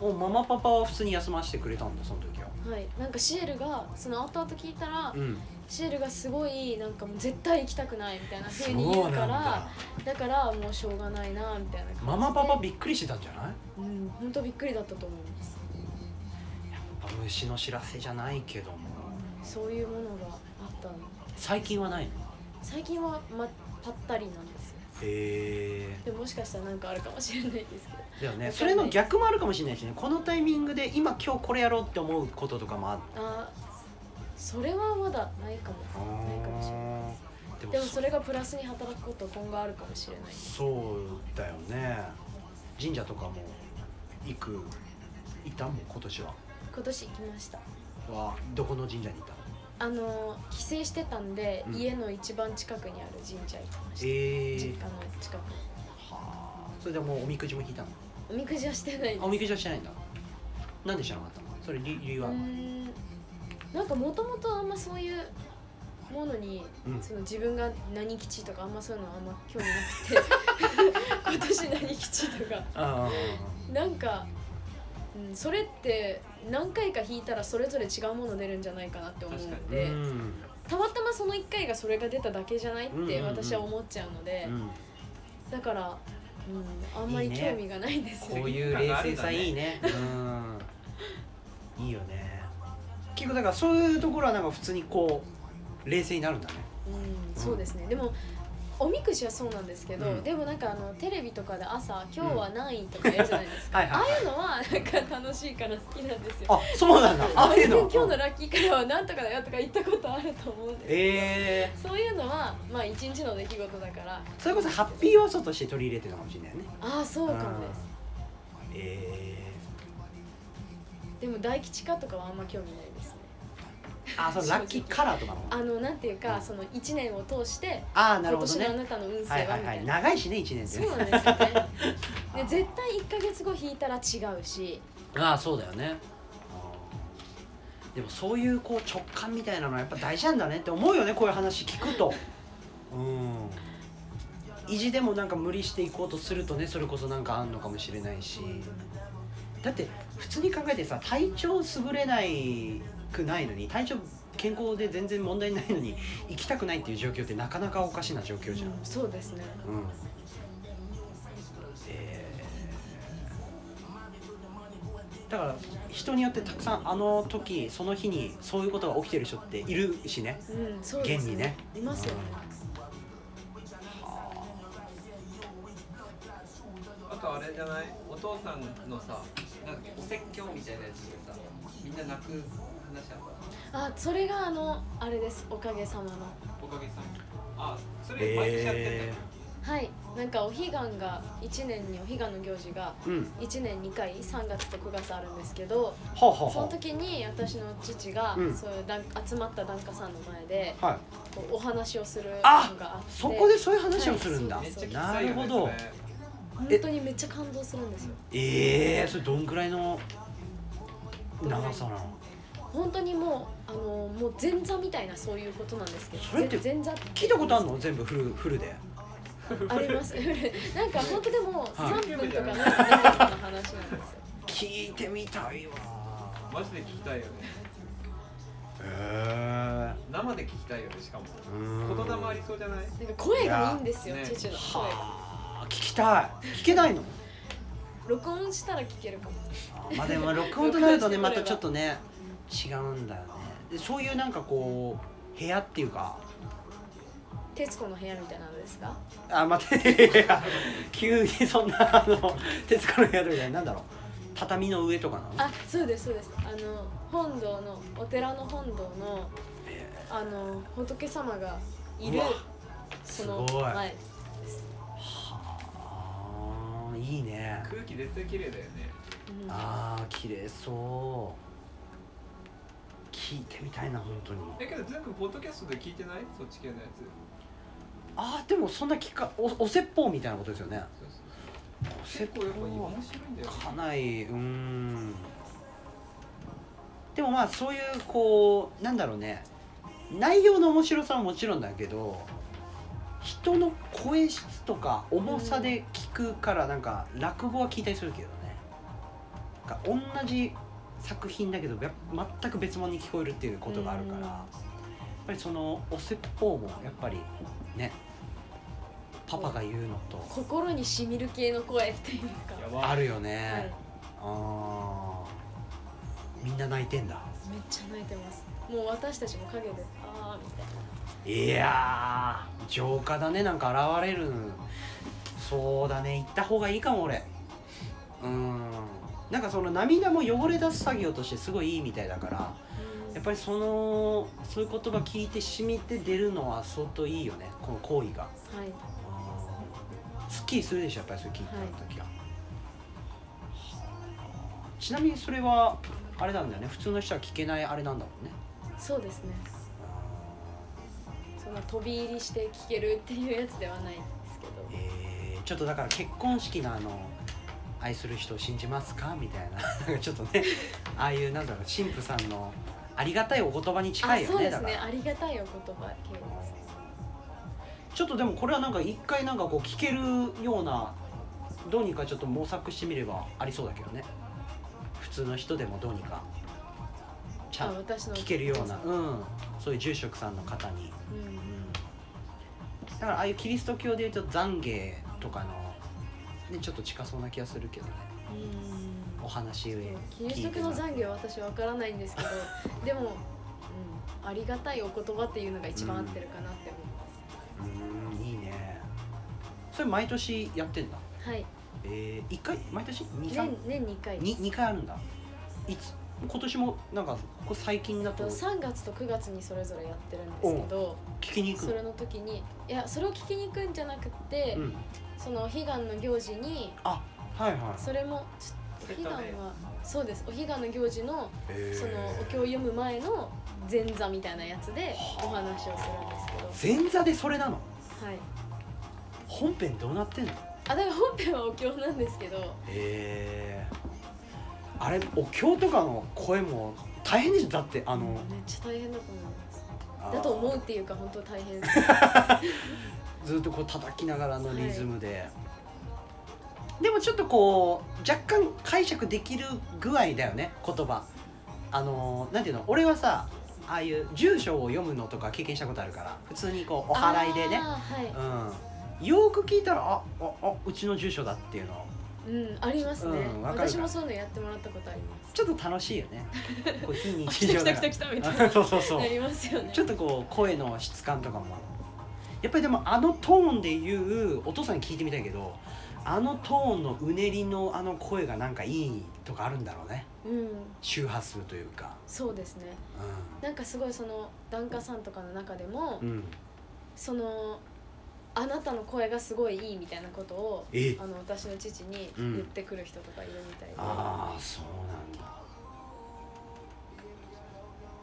Speaker 1: もうママパパは普通に休ませてくれたんだその時は
Speaker 2: はい、なんかシエルがその後々聞いたら、
Speaker 1: うん
Speaker 2: シエルがすごいなんかもう絶対行きたくないみたいな風に言うからだからもうしょうがないなみたいな感じで
Speaker 1: ママパパびっくりしてたんじゃない
Speaker 2: うん本当びっくりだったと思います
Speaker 1: やっぱ虫の知らせじゃないけども
Speaker 2: そういうものがあったの
Speaker 1: 最近はないの
Speaker 2: 最近は、ま、ぱったりなんですよ
Speaker 1: へえ
Speaker 2: でももしかしたらなんかあるかもしれないですけ
Speaker 1: だ
Speaker 2: ど
Speaker 1: よねそれの逆もあるかもしれないしねこのタイミングで今今日これやろうって思うこととかもある
Speaker 2: あーそれはまだないかもないかもしれない
Speaker 1: でも
Speaker 2: でもそれがプラスに働くこと今後あるかもしれない
Speaker 1: そうだよね神社とかも行く行ったもん今年は
Speaker 2: 今年行きました
Speaker 1: はどこの神社に行ったの
Speaker 2: あのー帰省してたんで、
Speaker 1: うん
Speaker 2: 家の一番近くにある神社行きました、
Speaker 1: え
Speaker 2: 実
Speaker 1: ー、
Speaker 2: 家の近く
Speaker 1: はあそれでもうおみくじも引いたの
Speaker 2: おみくじはしてないです
Speaker 1: あおみくじはしてないんだなんで知らなかったのそれ理理由
Speaker 2: う
Speaker 1: は、
Speaker 2: ーんなんかもともとあんまそういうものに、
Speaker 1: うん
Speaker 2: その自分が何吉とかあんまそういうのあんま興味な くて今年何吉とか
Speaker 1: ああ
Speaker 2: なんか、うん、それって何回か引いたらそれぞれ違うもの出るんじゃないかなって思う
Speaker 3: 確
Speaker 2: ん
Speaker 3: か
Speaker 1: う
Speaker 2: で
Speaker 1: ん、
Speaker 2: たまたまその1回がそれが出ただけじゃないっ
Speaker 1: うんうんう
Speaker 2: て
Speaker 1: ん
Speaker 2: 私は思っちゃうので、
Speaker 1: うん、
Speaker 2: だから、うん、あんま
Speaker 1: いい
Speaker 2: り
Speaker 1: ね
Speaker 2: 興味がないんですよ
Speaker 1: こういう冷静さいいねうんいいよね結構だからそういうところはなんか普通にこう冷静になるんだね
Speaker 2: うん、そうですねでもおみくじはそうなんですけど、
Speaker 1: うん
Speaker 2: でもなんかあのテレビとかで朝「今日は何位?」とかやるじゃない ですか、
Speaker 1: うんはいはいはい
Speaker 2: ああいうのはなんか楽しいから好きなんですよ
Speaker 1: あそうなんだああいうの
Speaker 2: 今日のラッキーカラーは何とかだよとか言ったことあると思うんです
Speaker 1: えー、
Speaker 2: そういうのはまあ一日の出来事だから
Speaker 1: それこそハッピー要素として取り入れてるのかもしれないね
Speaker 2: ああそうかもです
Speaker 1: うんえ
Speaker 2: でも大吉かとかはあんま興味ないですね
Speaker 1: ー、あそのラッキーカラーとかの
Speaker 2: あのなんていう
Speaker 1: う
Speaker 2: か
Speaker 1: ん
Speaker 2: その1年を通して
Speaker 1: ああなる
Speaker 2: 今
Speaker 1: ほど
Speaker 2: 年
Speaker 1: ね
Speaker 2: のあなたの運勢
Speaker 1: はい
Speaker 2: は
Speaker 1: は
Speaker 2: み
Speaker 1: いは
Speaker 2: たい
Speaker 1: い
Speaker 2: な、
Speaker 1: 長いしね1年って
Speaker 2: そう
Speaker 1: ね
Speaker 2: なんですよね で絶対1か月後引いたら違うし
Speaker 1: ああそうだよねでもそういうこう直感みたいなのはやっぱ大事なんだねって思うよねこういう話聞くとうん意地でもなんか無理していこうとするとねそれこそなんかあんのかもしれないしだって普通に考えてさ体調優れないくないのに体調健康で全然問題ないのに行きたくないっていう状況ってなかなかおかしな状況じゃん
Speaker 2: うんそうですね
Speaker 1: うんえーだから人によってたくさんあの時その日にそういうことが起きてる人っているしね
Speaker 2: うんそうで
Speaker 1: 現
Speaker 2: す
Speaker 1: にね
Speaker 2: いますよね
Speaker 3: あとあれじゃないお父さんのさなんかお説教みたいなやつでさみんな泣く話あるから
Speaker 2: あそれがあのあれですおかげさまの
Speaker 3: おかげさまあそれ毎年やってんだよ、
Speaker 1: へ
Speaker 2: はいなんかお彼岸が1年にお彼岸の行事が
Speaker 1: うん
Speaker 2: 1年2回3月と9月あるんですけど
Speaker 1: はあ、はあ
Speaker 2: その
Speaker 1: は
Speaker 2: 時に私の父が、
Speaker 1: うん
Speaker 2: そういう檀集まった檀家さんの前で
Speaker 1: あ、はい
Speaker 2: こうお話をするのが
Speaker 1: あ
Speaker 2: あって
Speaker 1: そこでそういう話をするんだ、
Speaker 2: はい
Speaker 3: めっちゃきついよ
Speaker 1: な
Speaker 3: ね
Speaker 1: るほど
Speaker 3: それ
Speaker 2: 本当にめっちゃ感動するんですよ
Speaker 1: ええー、それどんくらいの長さなの
Speaker 2: 本当にもうあのもう前座みたいなそういうことなんですけど
Speaker 1: それって
Speaker 2: ぜ前座って
Speaker 1: 聞いたことあるの全部フルフルで
Speaker 2: あります なんか本当でも
Speaker 1: はい
Speaker 2: 3分とかの長さの話なんですよ
Speaker 1: 聞いてみたいわ
Speaker 3: マジで聞きたいよね
Speaker 1: へえ
Speaker 3: 生で聞きたいよねしかも
Speaker 1: ー、うん
Speaker 3: 言霊ありそうじゃない
Speaker 2: なんか声がいいんですよ、
Speaker 3: いや
Speaker 2: 父の声が
Speaker 1: はあ聞きたい聞けないの
Speaker 2: 録音したら聞けるかも
Speaker 1: あまあでも録音となるとねま
Speaker 2: 録音してくれば
Speaker 1: たちょっとね違うんだよねでそういうなんかこう部屋っていうか
Speaker 2: 「徹子の部屋」みたいなのですか
Speaker 1: あ待っていや急にそんなあの徹子の部屋とかなんだろう畳の上とかなの
Speaker 2: あそうですそうですあの本堂のお寺の本堂のあの仏様がいうる
Speaker 1: わ
Speaker 2: その
Speaker 1: すごい
Speaker 2: 前
Speaker 1: はあいいね
Speaker 3: 空気絶対綺麗だよね
Speaker 2: うん
Speaker 1: あー綺麗そう聞いてみたいな本当に
Speaker 3: だけど全部ポッドキャストで聞いてないそっち系のやつ
Speaker 1: あーでもそんな聞かおお説法みたいなことですよね
Speaker 3: そうそう
Speaker 1: お
Speaker 3: 結構やっぱ面白いんだよ
Speaker 1: かなりうーんでもまあそういうこうなんだろうね内容の面白さはもちろんだけど人の声質とか重さで聞くからなんか落語は聞いたりするけどねなんか同じ作品だけどや全く別物に聞こえるっていうことがあるから
Speaker 2: うん
Speaker 1: やっぱりそのお説法もやっぱりねパパが言うのと
Speaker 2: 心にしみる系の声っていうか
Speaker 3: やば
Speaker 1: あるよ
Speaker 2: はい
Speaker 1: ね、あーみんな泣いてんだ
Speaker 2: めっちゃ泣いてますもう私たちも陰でああみたい
Speaker 1: いやー浄化だねなんか現れるそうだね行った方がいいかも俺うーんなんかその涙も汚れ出す作業としてすごいいいみたいだから
Speaker 2: な
Speaker 1: やっぱりそのそういう言葉聞いて染みて出るのは相当いいよねこの行為が
Speaker 2: うんはい
Speaker 1: すっきりするでしょやっぱりそれ聞いた時は、ちなみにそれはあれなんだよね普通の人は聞けないあれなんだもんね
Speaker 2: そうですねそんな飛び入りして聞けるっていうやつではないんですけど
Speaker 1: えーちょっとだから結婚式のあの愛する人を信じますかみたいな なんかちょっとねああいうなんだろう神父さんのありがたいお言葉に近い
Speaker 2: あ
Speaker 1: よ
Speaker 2: そう
Speaker 1: ね
Speaker 2: で
Speaker 1: だ
Speaker 2: す
Speaker 1: か
Speaker 2: ね
Speaker 1: ら
Speaker 2: ありがたいお言葉系です
Speaker 1: ちょっとでもこれはなんか一回なんかこう聞けるようなどうにかちょっと模索してみればありそうだけどね普通の人でもどうにかちゃ
Speaker 2: あ
Speaker 1: ん
Speaker 2: 私の
Speaker 1: 聞けるような、うん、そういう住職さんの方に、
Speaker 2: うん
Speaker 1: だからああいうキリスト教でいうと懺悔とかの、ね、ちょっと近そうな気がするけどね
Speaker 2: うん
Speaker 1: お話上
Speaker 2: キリスト教の懺悔は私わからないんですけどでも、うん、ありがたいお言葉っていうのが一番合ってるかなって思いま
Speaker 1: うー
Speaker 2: す、
Speaker 1: んいいねそれ毎年やってんだ
Speaker 2: はい
Speaker 1: えー、1回毎年
Speaker 2: 年
Speaker 1: 2,
Speaker 2: 年2回で
Speaker 1: 二
Speaker 2: す
Speaker 1: 二回あるんだいつ今年もなんかここ最近だ
Speaker 2: あと
Speaker 1: と
Speaker 2: 3月と9月にそれぞれやってるんですけど
Speaker 1: 聞きに行く
Speaker 2: それ
Speaker 1: の
Speaker 2: の時にいやそれを聞きに行くんじゃなくて、
Speaker 1: うん
Speaker 2: その悲願の行事に
Speaker 1: あはいはい
Speaker 2: それもちょっと
Speaker 4: 出
Speaker 2: 悲願
Speaker 4: た
Speaker 2: は
Speaker 4: ね
Speaker 2: そうですお悲願の行事の
Speaker 1: へー
Speaker 2: そのお経を読む前の前座みたいなやつでお話をするんですけど
Speaker 1: 前座でそれなの
Speaker 2: はい
Speaker 1: 本編どうなってんの
Speaker 2: あだから本編はお経なんですけど
Speaker 1: へえあれお経とかの声も大変でしょだってあの
Speaker 2: めっちゃ大変だと思います
Speaker 1: あー
Speaker 2: だと思うっていうか本当大変です
Speaker 1: ずっとこう叩きながらのリズムで、でもちょっとこう若干解釈できる具合だよね言葉あのーなんていうの俺はさああいう住所を読むのとか経験したことあるから普通にこ うお祓いでね、
Speaker 2: あーは
Speaker 1: うん、よく聞いたらあああうちの住所だっていうの
Speaker 2: いうんありますね、
Speaker 1: うんわかるから
Speaker 2: 私もそういうのやってもらったことあります
Speaker 1: ちょっと楽しいよねこう非
Speaker 2: あ
Speaker 1: 日
Speaker 2: 来た
Speaker 1: 常だ
Speaker 2: 来
Speaker 1: か
Speaker 2: た
Speaker 1: ら
Speaker 2: 来た来たみた い
Speaker 1: そうそうそう
Speaker 2: ななりますよね
Speaker 1: ちょっとこう声の質感とかもやっぱりでもあのトーンで言うお父さんに聞いてみたいけどあのトーンのうねりのあの声がなんかいいとかあるんだろうね
Speaker 2: うん
Speaker 1: 周波数というか
Speaker 2: そうですねなんかすごいその檀家さんとかの中でも、
Speaker 1: うん、うん、
Speaker 2: そのあなたの声がすごいいいみたいなことを
Speaker 1: え
Speaker 2: あの私の父に
Speaker 1: うん
Speaker 2: 言ってくる人とかいるみたいで、
Speaker 1: ああそうなんだ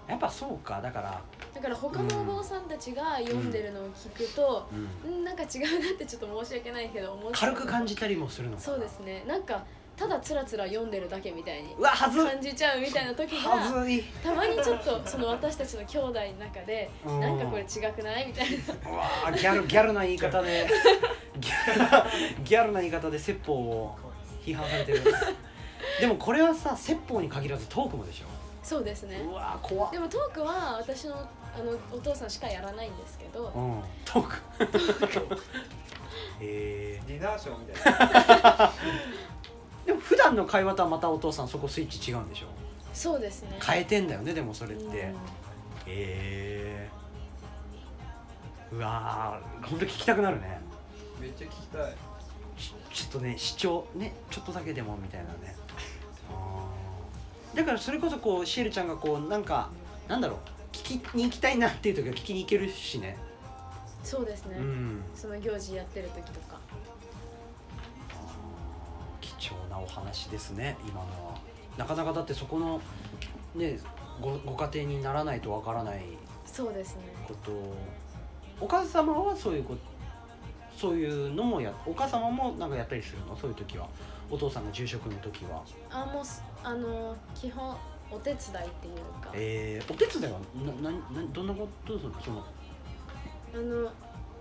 Speaker 1: やっぱそうかだから
Speaker 2: だから他のお坊さんたちが読んでるのを聞くと、
Speaker 1: うん
Speaker 2: うん、なんか違うなってちょっと申し訳ないけど思っちゃう
Speaker 1: 軽く感じたりもするのかな
Speaker 2: そうですねなんかただつらつら読んでるだけみたいに
Speaker 1: うわはず
Speaker 2: 感じちゃうみたいな時が
Speaker 1: はずい
Speaker 2: たまにちょっとその私たちの兄弟の中で
Speaker 1: うん
Speaker 2: なんかこれ違くないみたいな
Speaker 1: うわーギャルギャルな言い方で ギャルギャルな言い方で説法を批判されてるでもこれはさ説法に限らずトークもでしょ
Speaker 2: そうですね
Speaker 1: うわー怖っ
Speaker 2: でもトークは私のあのお父さんしかやらないんですけど
Speaker 1: うんトーク え
Speaker 3: ディナーショーみたいな
Speaker 1: ー、でも普段の会話とはまたお父さんそこスイッチ違うんでしょ
Speaker 2: そうですね
Speaker 1: 変えてんだよねでもそれって
Speaker 2: う
Speaker 1: へ
Speaker 2: ん
Speaker 1: えー、うわーほんと聞きたくなるね
Speaker 3: めっちゃ聞きたい
Speaker 1: ちちょっとね視聴ねちょっとだけでもみたいなねあーだからそれこそこうシエルちゃんがこうなんかなんだろう聞きに行きたいなっていう時は聞きに行けるしね
Speaker 2: そうですね、
Speaker 1: うん
Speaker 2: その行事やってる時とか
Speaker 1: あー貴重なお話ですね今のはなかなかだってそこのねごご家庭にならないとわからない
Speaker 2: そうですね
Speaker 1: ことお母様はそういうことそういうのもやお母様もなんかやったりするのそういう時はお父さんが住職の時は
Speaker 2: あもうすあの基本お手伝いっていうか
Speaker 1: えー、お手伝いはなななどんなことするのその
Speaker 2: あの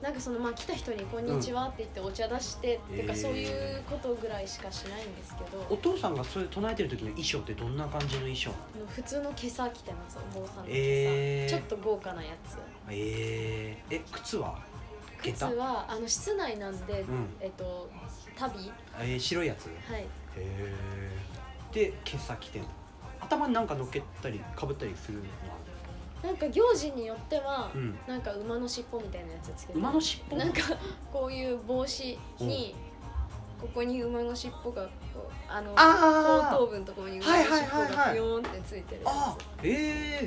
Speaker 2: なんかそのまあ来た人に「こんにちは」って言ってお茶出して、
Speaker 1: うん
Speaker 2: てか
Speaker 1: えー
Speaker 2: そういうことぐらいしかしないんですけど、
Speaker 1: お父さんがそれ唱えてる時の衣装ってどんな感じの衣装なの
Speaker 2: あの普通の今朝着てますお坊さんの今朝、
Speaker 1: えー
Speaker 2: ちょっと豪華なやつ
Speaker 1: えー、え靴は下
Speaker 2: 靴
Speaker 1: 駄
Speaker 2: はあの室内なんで、
Speaker 1: うん
Speaker 2: えっと旅
Speaker 1: えー、白いやつへ
Speaker 2: はい
Speaker 1: えで今朝着てんの頭になんか乗っけたりかぶったりするのは
Speaker 2: なんか行事によっては、
Speaker 1: うん
Speaker 2: なんか馬の尻尾みたいなやつつけて
Speaker 1: 馬の尻尾
Speaker 2: なんかこういう帽子にここに馬の尻尾がこうあの
Speaker 1: あー
Speaker 2: 後頭部のところに馬の尻
Speaker 1: はいはい
Speaker 2: 尾
Speaker 1: はい
Speaker 2: が
Speaker 1: はい
Speaker 2: ビヨーンってついてるや
Speaker 1: あえー、え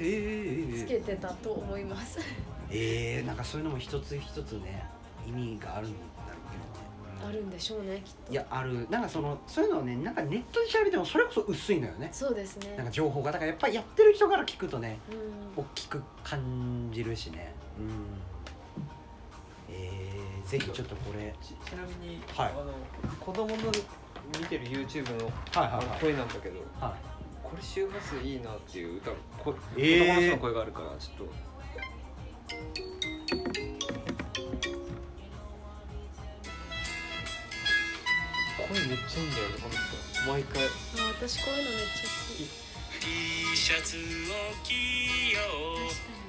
Speaker 1: ー、
Speaker 2: つつ
Speaker 1: えー、え
Speaker 2: けてたと思 います
Speaker 1: ー、えー、なんかそういうのも一つ一つね意味があるんだろうけどね
Speaker 2: あるんでしょうねきっと
Speaker 1: いやあるなんかそのそういうのをねなんかネットで調べてもそれこそ薄いのよね
Speaker 2: そうです
Speaker 1: なん
Speaker 2: ね
Speaker 1: か情報がだからやっぱりやってる人から聞くとね
Speaker 2: うん
Speaker 1: 大きく感じるしねうんえー、ぜひちょっとこれ
Speaker 3: ちちなみに、
Speaker 1: はい
Speaker 3: あの子供の見てる YouTube の
Speaker 1: はい
Speaker 3: あの声なんだけど、
Speaker 1: は
Speaker 3: これ周波数いいなっていう歌こ
Speaker 1: えー
Speaker 3: 子供の人の声があるからちょっと、声めっちゃいいんだよねこの人毎回
Speaker 2: あ私こういうのめっちゃ好き
Speaker 5: T シャツを着よ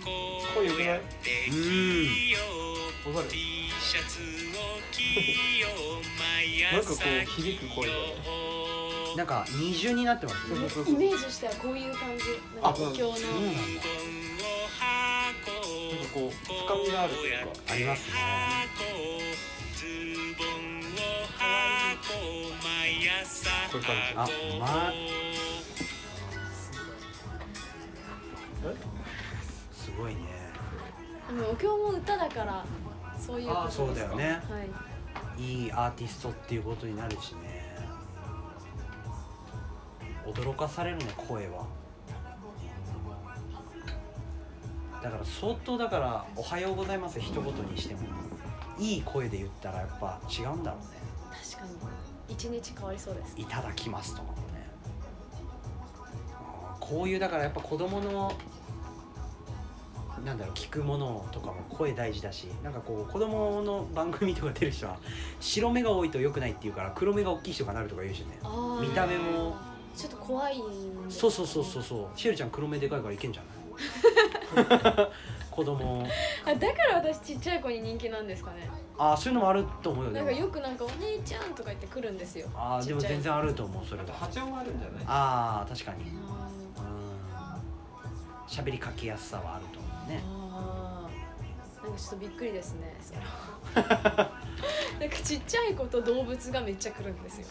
Speaker 5: うこう
Speaker 3: 声
Speaker 5: やっ
Speaker 3: よくない
Speaker 5: て
Speaker 1: う
Speaker 5: 着よ
Speaker 3: わかる
Speaker 5: う T シャツを着よう
Speaker 3: な
Speaker 5: 毎
Speaker 3: んかこ
Speaker 5: 朝着
Speaker 3: う響く声だよね
Speaker 1: いなんか二重になってますね
Speaker 3: そうそうそう
Speaker 2: イメージしてはこういう感じなんかお経の
Speaker 1: そうなんだ
Speaker 5: 布団を
Speaker 3: なんか
Speaker 5: 箱
Speaker 3: こう深みがあるというか
Speaker 1: ありますね
Speaker 5: 箱ズボン
Speaker 1: こういう感じあうまいすごいね
Speaker 2: でもお経も歌だからそういうこと
Speaker 3: あ
Speaker 1: そうだよね
Speaker 2: はい
Speaker 1: いいアーティストっていうことになるしね驚かされるね声はだから相当だから「おはようございます」一言にしてもいい声で言ったらやっぱ違うんだろうね
Speaker 2: 確かに一日変わりそうです
Speaker 1: いただきますとかもねあーこういうだからやっぱ子供のなんだろう聞くものとかも声大事だしなんかこう子供の番組とか出る人は白目が多いと良くないっていうから黒目が大きい人がなるとか言うしね
Speaker 2: あー
Speaker 1: 見た目も
Speaker 2: ちょっと怖いんです
Speaker 1: そうそうそうそうそうシエルちゃん黒目でかいからいけんじゃ ない子供
Speaker 2: あだから私ちっちゃい子に人気なんですかね
Speaker 1: ああそういうのもあると思うよ
Speaker 2: な
Speaker 1: で
Speaker 2: んか
Speaker 1: も
Speaker 2: よくなんか「お姉ちゃん」とか言って来るんですよ
Speaker 1: ああでも
Speaker 2: ちっちゃい
Speaker 1: 全然あると思うそれ
Speaker 3: と
Speaker 1: は
Speaker 3: 波長もあるんじゃない
Speaker 1: ああ確かに
Speaker 2: あー
Speaker 1: うん喋りかけやすさはあると思うね
Speaker 2: あーなんかちょっとびっくりですねそれは なんかちっちゃい子と動物がめっちゃ来るんですよ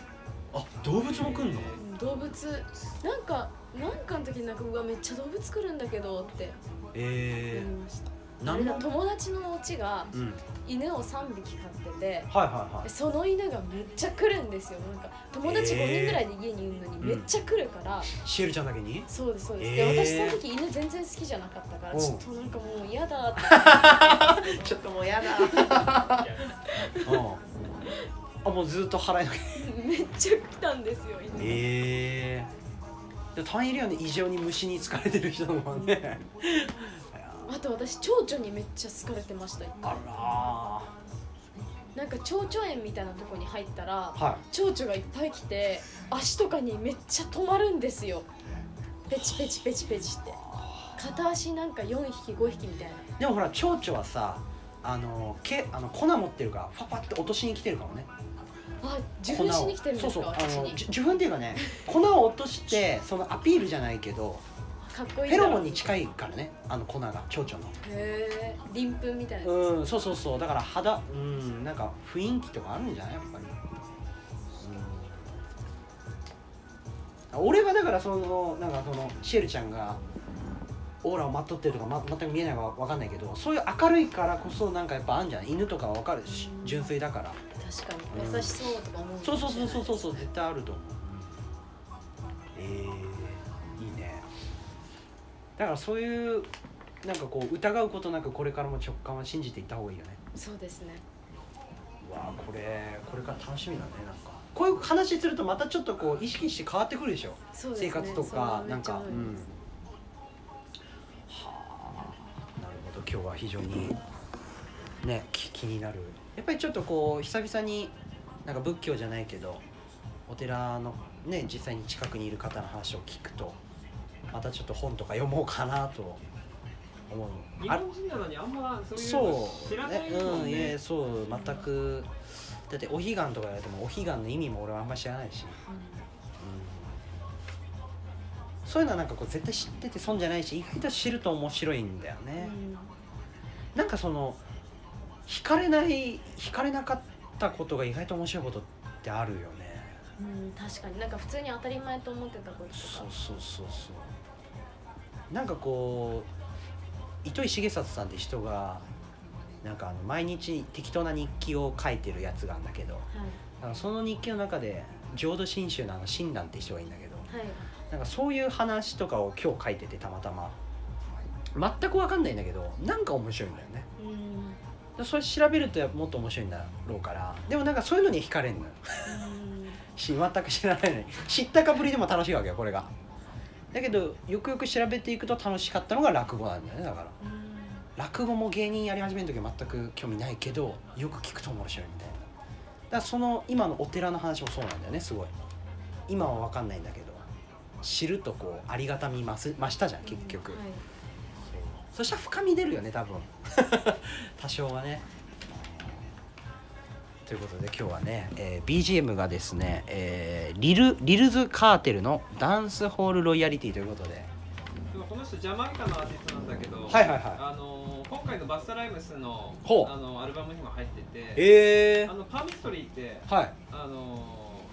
Speaker 1: あ動物も来んの
Speaker 2: うん動物なんかなんかの時になんかうわめっちゃ動物来るんだけどって思い
Speaker 1: え
Speaker 2: ました、
Speaker 1: ー、
Speaker 2: あれだ
Speaker 1: の
Speaker 2: 友達のお家が
Speaker 1: うんはい
Speaker 2: 犬を3匹飼ってて
Speaker 1: はいは
Speaker 2: で
Speaker 1: い
Speaker 2: その犬がめっちゃ来るんですよなんか友達5人ぐらいで家にいるのにめっちゃ来るから、
Speaker 1: シエルちゃんだけに
Speaker 2: そうですそうです、
Speaker 1: えー
Speaker 2: で私その時犬全然好きじゃなかったから
Speaker 1: うん
Speaker 2: ちょっとなんかもう嫌だって
Speaker 1: ちょっともうやだ
Speaker 4: いや
Speaker 1: あもうずっと払えなきゃ
Speaker 2: めっちゃ来たんですよ犬が、
Speaker 1: えー、でも大変いるよね異常に虫に疲れてる人もね
Speaker 2: あと私蝶々にめっちゃ好かれてました一回
Speaker 1: あ
Speaker 2: なんか蝶々園みたいなとこに入ったら
Speaker 1: らーは
Speaker 2: 蝶々がいっぱい来て足とかにめっちゃ止まるんですよペチペチペチペチって片足なんか4匹5匹みたいない
Speaker 1: でもほら蝶々はさあのけあの粉持ってるからファファって落としに来てるかもね
Speaker 2: あ受粉しに来てるんです
Speaker 1: そ
Speaker 2: か
Speaker 1: うそうあ
Speaker 2: 私
Speaker 1: の
Speaker 2: に
Speaker 1: じ受粉っていうかね粉を落としてそのアピールじゃないけ ど
Speaker 2: かっこいい
Speaker 1: フェ
Speaker 2: だろ
Speaker 1: ロモンに近いからねあの粉が蝶々の
Speaker 2: へえ鱗粉みたいなや
Speaker 1: うんそうそうそうだから肌うんなんか雰囲気とかあるんじゃないやっぱり、うん、俺はだからそのなんかそのシエルちゃんがオーラをまとってるとか、ま、全く見えないかわかんないけどそういう明るいからこそなんかやっぱあんじゃない犬とかはわかるし純粋だから
Speaker 2: つ確か
Speaker 1: うん
Speaker 2: に優しそうとか思う
Speaker 1: そうそうそうそうそううそう絶対あると思うえー、いいねだからそういうなんかこう疑うことなくこれからも直感は信じていった方がいいよね
Speaker 2: そうですね
Speaker 1: うわあこれこれから楽しみだねなんかこういう話するとまたちょっとこう意識して変わってくるでしょ、
Speaker 2: そうですね
Speaker 1: 生活とかなんかう
Speaker 2: それはめっちゃ思い
Speaker 1: ん
Speaker 2: ます
Speaker 1: はあなるほど今日は非常にねき気になるやっぱりちょっとこう久々になんか仏教じゃないけどお寺のね実際に近くにいる方の話を聞くとまたちょっと本とか読もうかなと思う
Speaker 3: 日
Speaker 1: あれ
Speaker 3: 本人なのにあんまそういうの
Speaker 1: そう
Speaker 3: 知らない
Speaker 1: ね
Speaker 3: も
Speaker 1: うんんい
Speaker 3: ね
Speaker 1: えそう全くだってお彼岸とか言われてもお彼岸の意味も俺はあんま知らないし、うん、そういうのはなんかこう絶対知ってて損じゃないし意外と知ると面白いんだよね、なんかその惹かれない惹かれなかったことが意外と面白いことってあるよね
Speaker 2: うん、うん、確かになんか普通に当たり前と思ってたこととか
Speaker 1: そうそうそうそうなんかこう糸井重里さんって人がなんかあの毎日適当な日記を書いてるやつがあるんだけど
Speaker 2: は
Speaker 1: なんかその日記の中で浄土真宗のあの親鸞って人がいるんだけど
Speaker 2: いはい
Speaker 1: なんかそういう話とかを今日書いててたまたま全く分かんないんだけどなんか面白いんだよね
Speaker 2: うんうん
Speaker 1: でそれ調べるともっと面白いんだろうからでもなんかそういうのに惹かれんのよし全く知らないのに知ったかぶりでも楽しいわけよこれがだけどよくよく調べていくと楽しかったのが落語なんだよねだから
Speaker 2: うん
Speaker 1: 落語も芸人やり始める時は全く興味ないけどよく聞くと面白いみたいなだからその今のお寺の話もそうなんだよねすごい今は分かんないんだけど知るとこうありがたみ増す増したじゃん結局、
Speaker 2: はい
Speaker 1: そしたら深み出るよね多分 多少はねということで今日はね、えー BGM がですね、えーリルリルズ・カーテルの「ダンスホール・ロイヤリティ」ということで
Speaker 3: でもこの人ジャマイカのアーティストなんだけど、
Speaker 1: はいはいは
Speaker 3: あのー今回のバスタライムスの
Speaker 1: ほう
Speaker 3: あのアルバムにも入ってて
Speaker 1: いえ
Speaker 3: あのパーミストリーって
Speaker 1: はい
Speaker 3: あの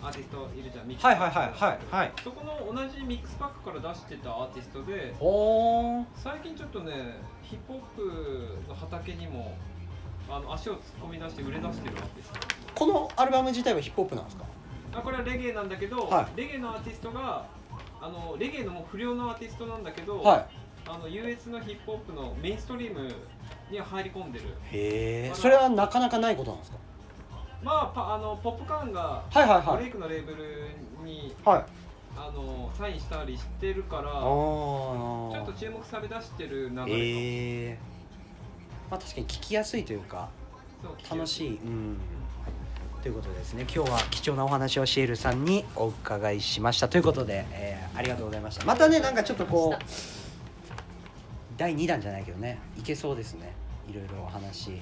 Speaker 3: ーアーティストいるじゃんミックス
Speaker 1: はいはいはいはいはい
Speaker 3: そこの同じミックスパックから出してたアーティストで
Speaker 1: おー
Speaker 3: 最近ちょっとねヒップホップの畑にもあの足を突っ込み出して売れ出してるアーティスト
Speaker 1: このアルバム自体はヒップホップなんですか
Speaker 3: あこれはレゲエなんだけど、
Speaker 1: は
Speaker 3: レゲエのアーティストがあのレゲエのもう不良のアーティストなんだけど、
Speaker 1: は
Speaker 3: あの US のヒップホップのメインストリームには入り込んでる
Speaker 1: いへえそれはなかなかないことなんですか
Speaker 3: まあパあのポップカーンが
Speaker 1: はいはい
Speaker 3: ブ
Speaker 1: は
Speaker 3: レイ
Speaker 1: い
Speaker 3: クのレーブルに
Speaker 1: はい
Speaker 3: あのサインしたりしてるから
Speaker 1: あ
Speaker 3: ちょっ
Speaker 1: ー
Speaker 3: と注目されだしてる流れかも、
Speaker 1: へえまあ確かに聞きやすいというか
Speaker 3: そう聞てる
Speaker 1: 楽しい、うん、ということでですね今日は貴重なお話をシエルさんにお伺いしましたということで、えーありがとうございましたまたねなんかちょっとこう第2弾じゃないけどねいけそうですねいろいろお話、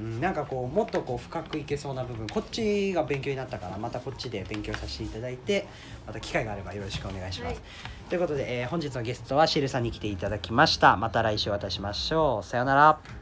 Speaker 1: うん、なんかこうもっとこう深くいけそうな部分こっちが勉強になったからまたこっちで勉強させていただいてまた機会があればよろしくお願いします、
Speaker 2: はい
Speaker 1: ということで、えー本日のゲストはシエルさんに来ていただきましたまた来週お会いいたしましょうさようなら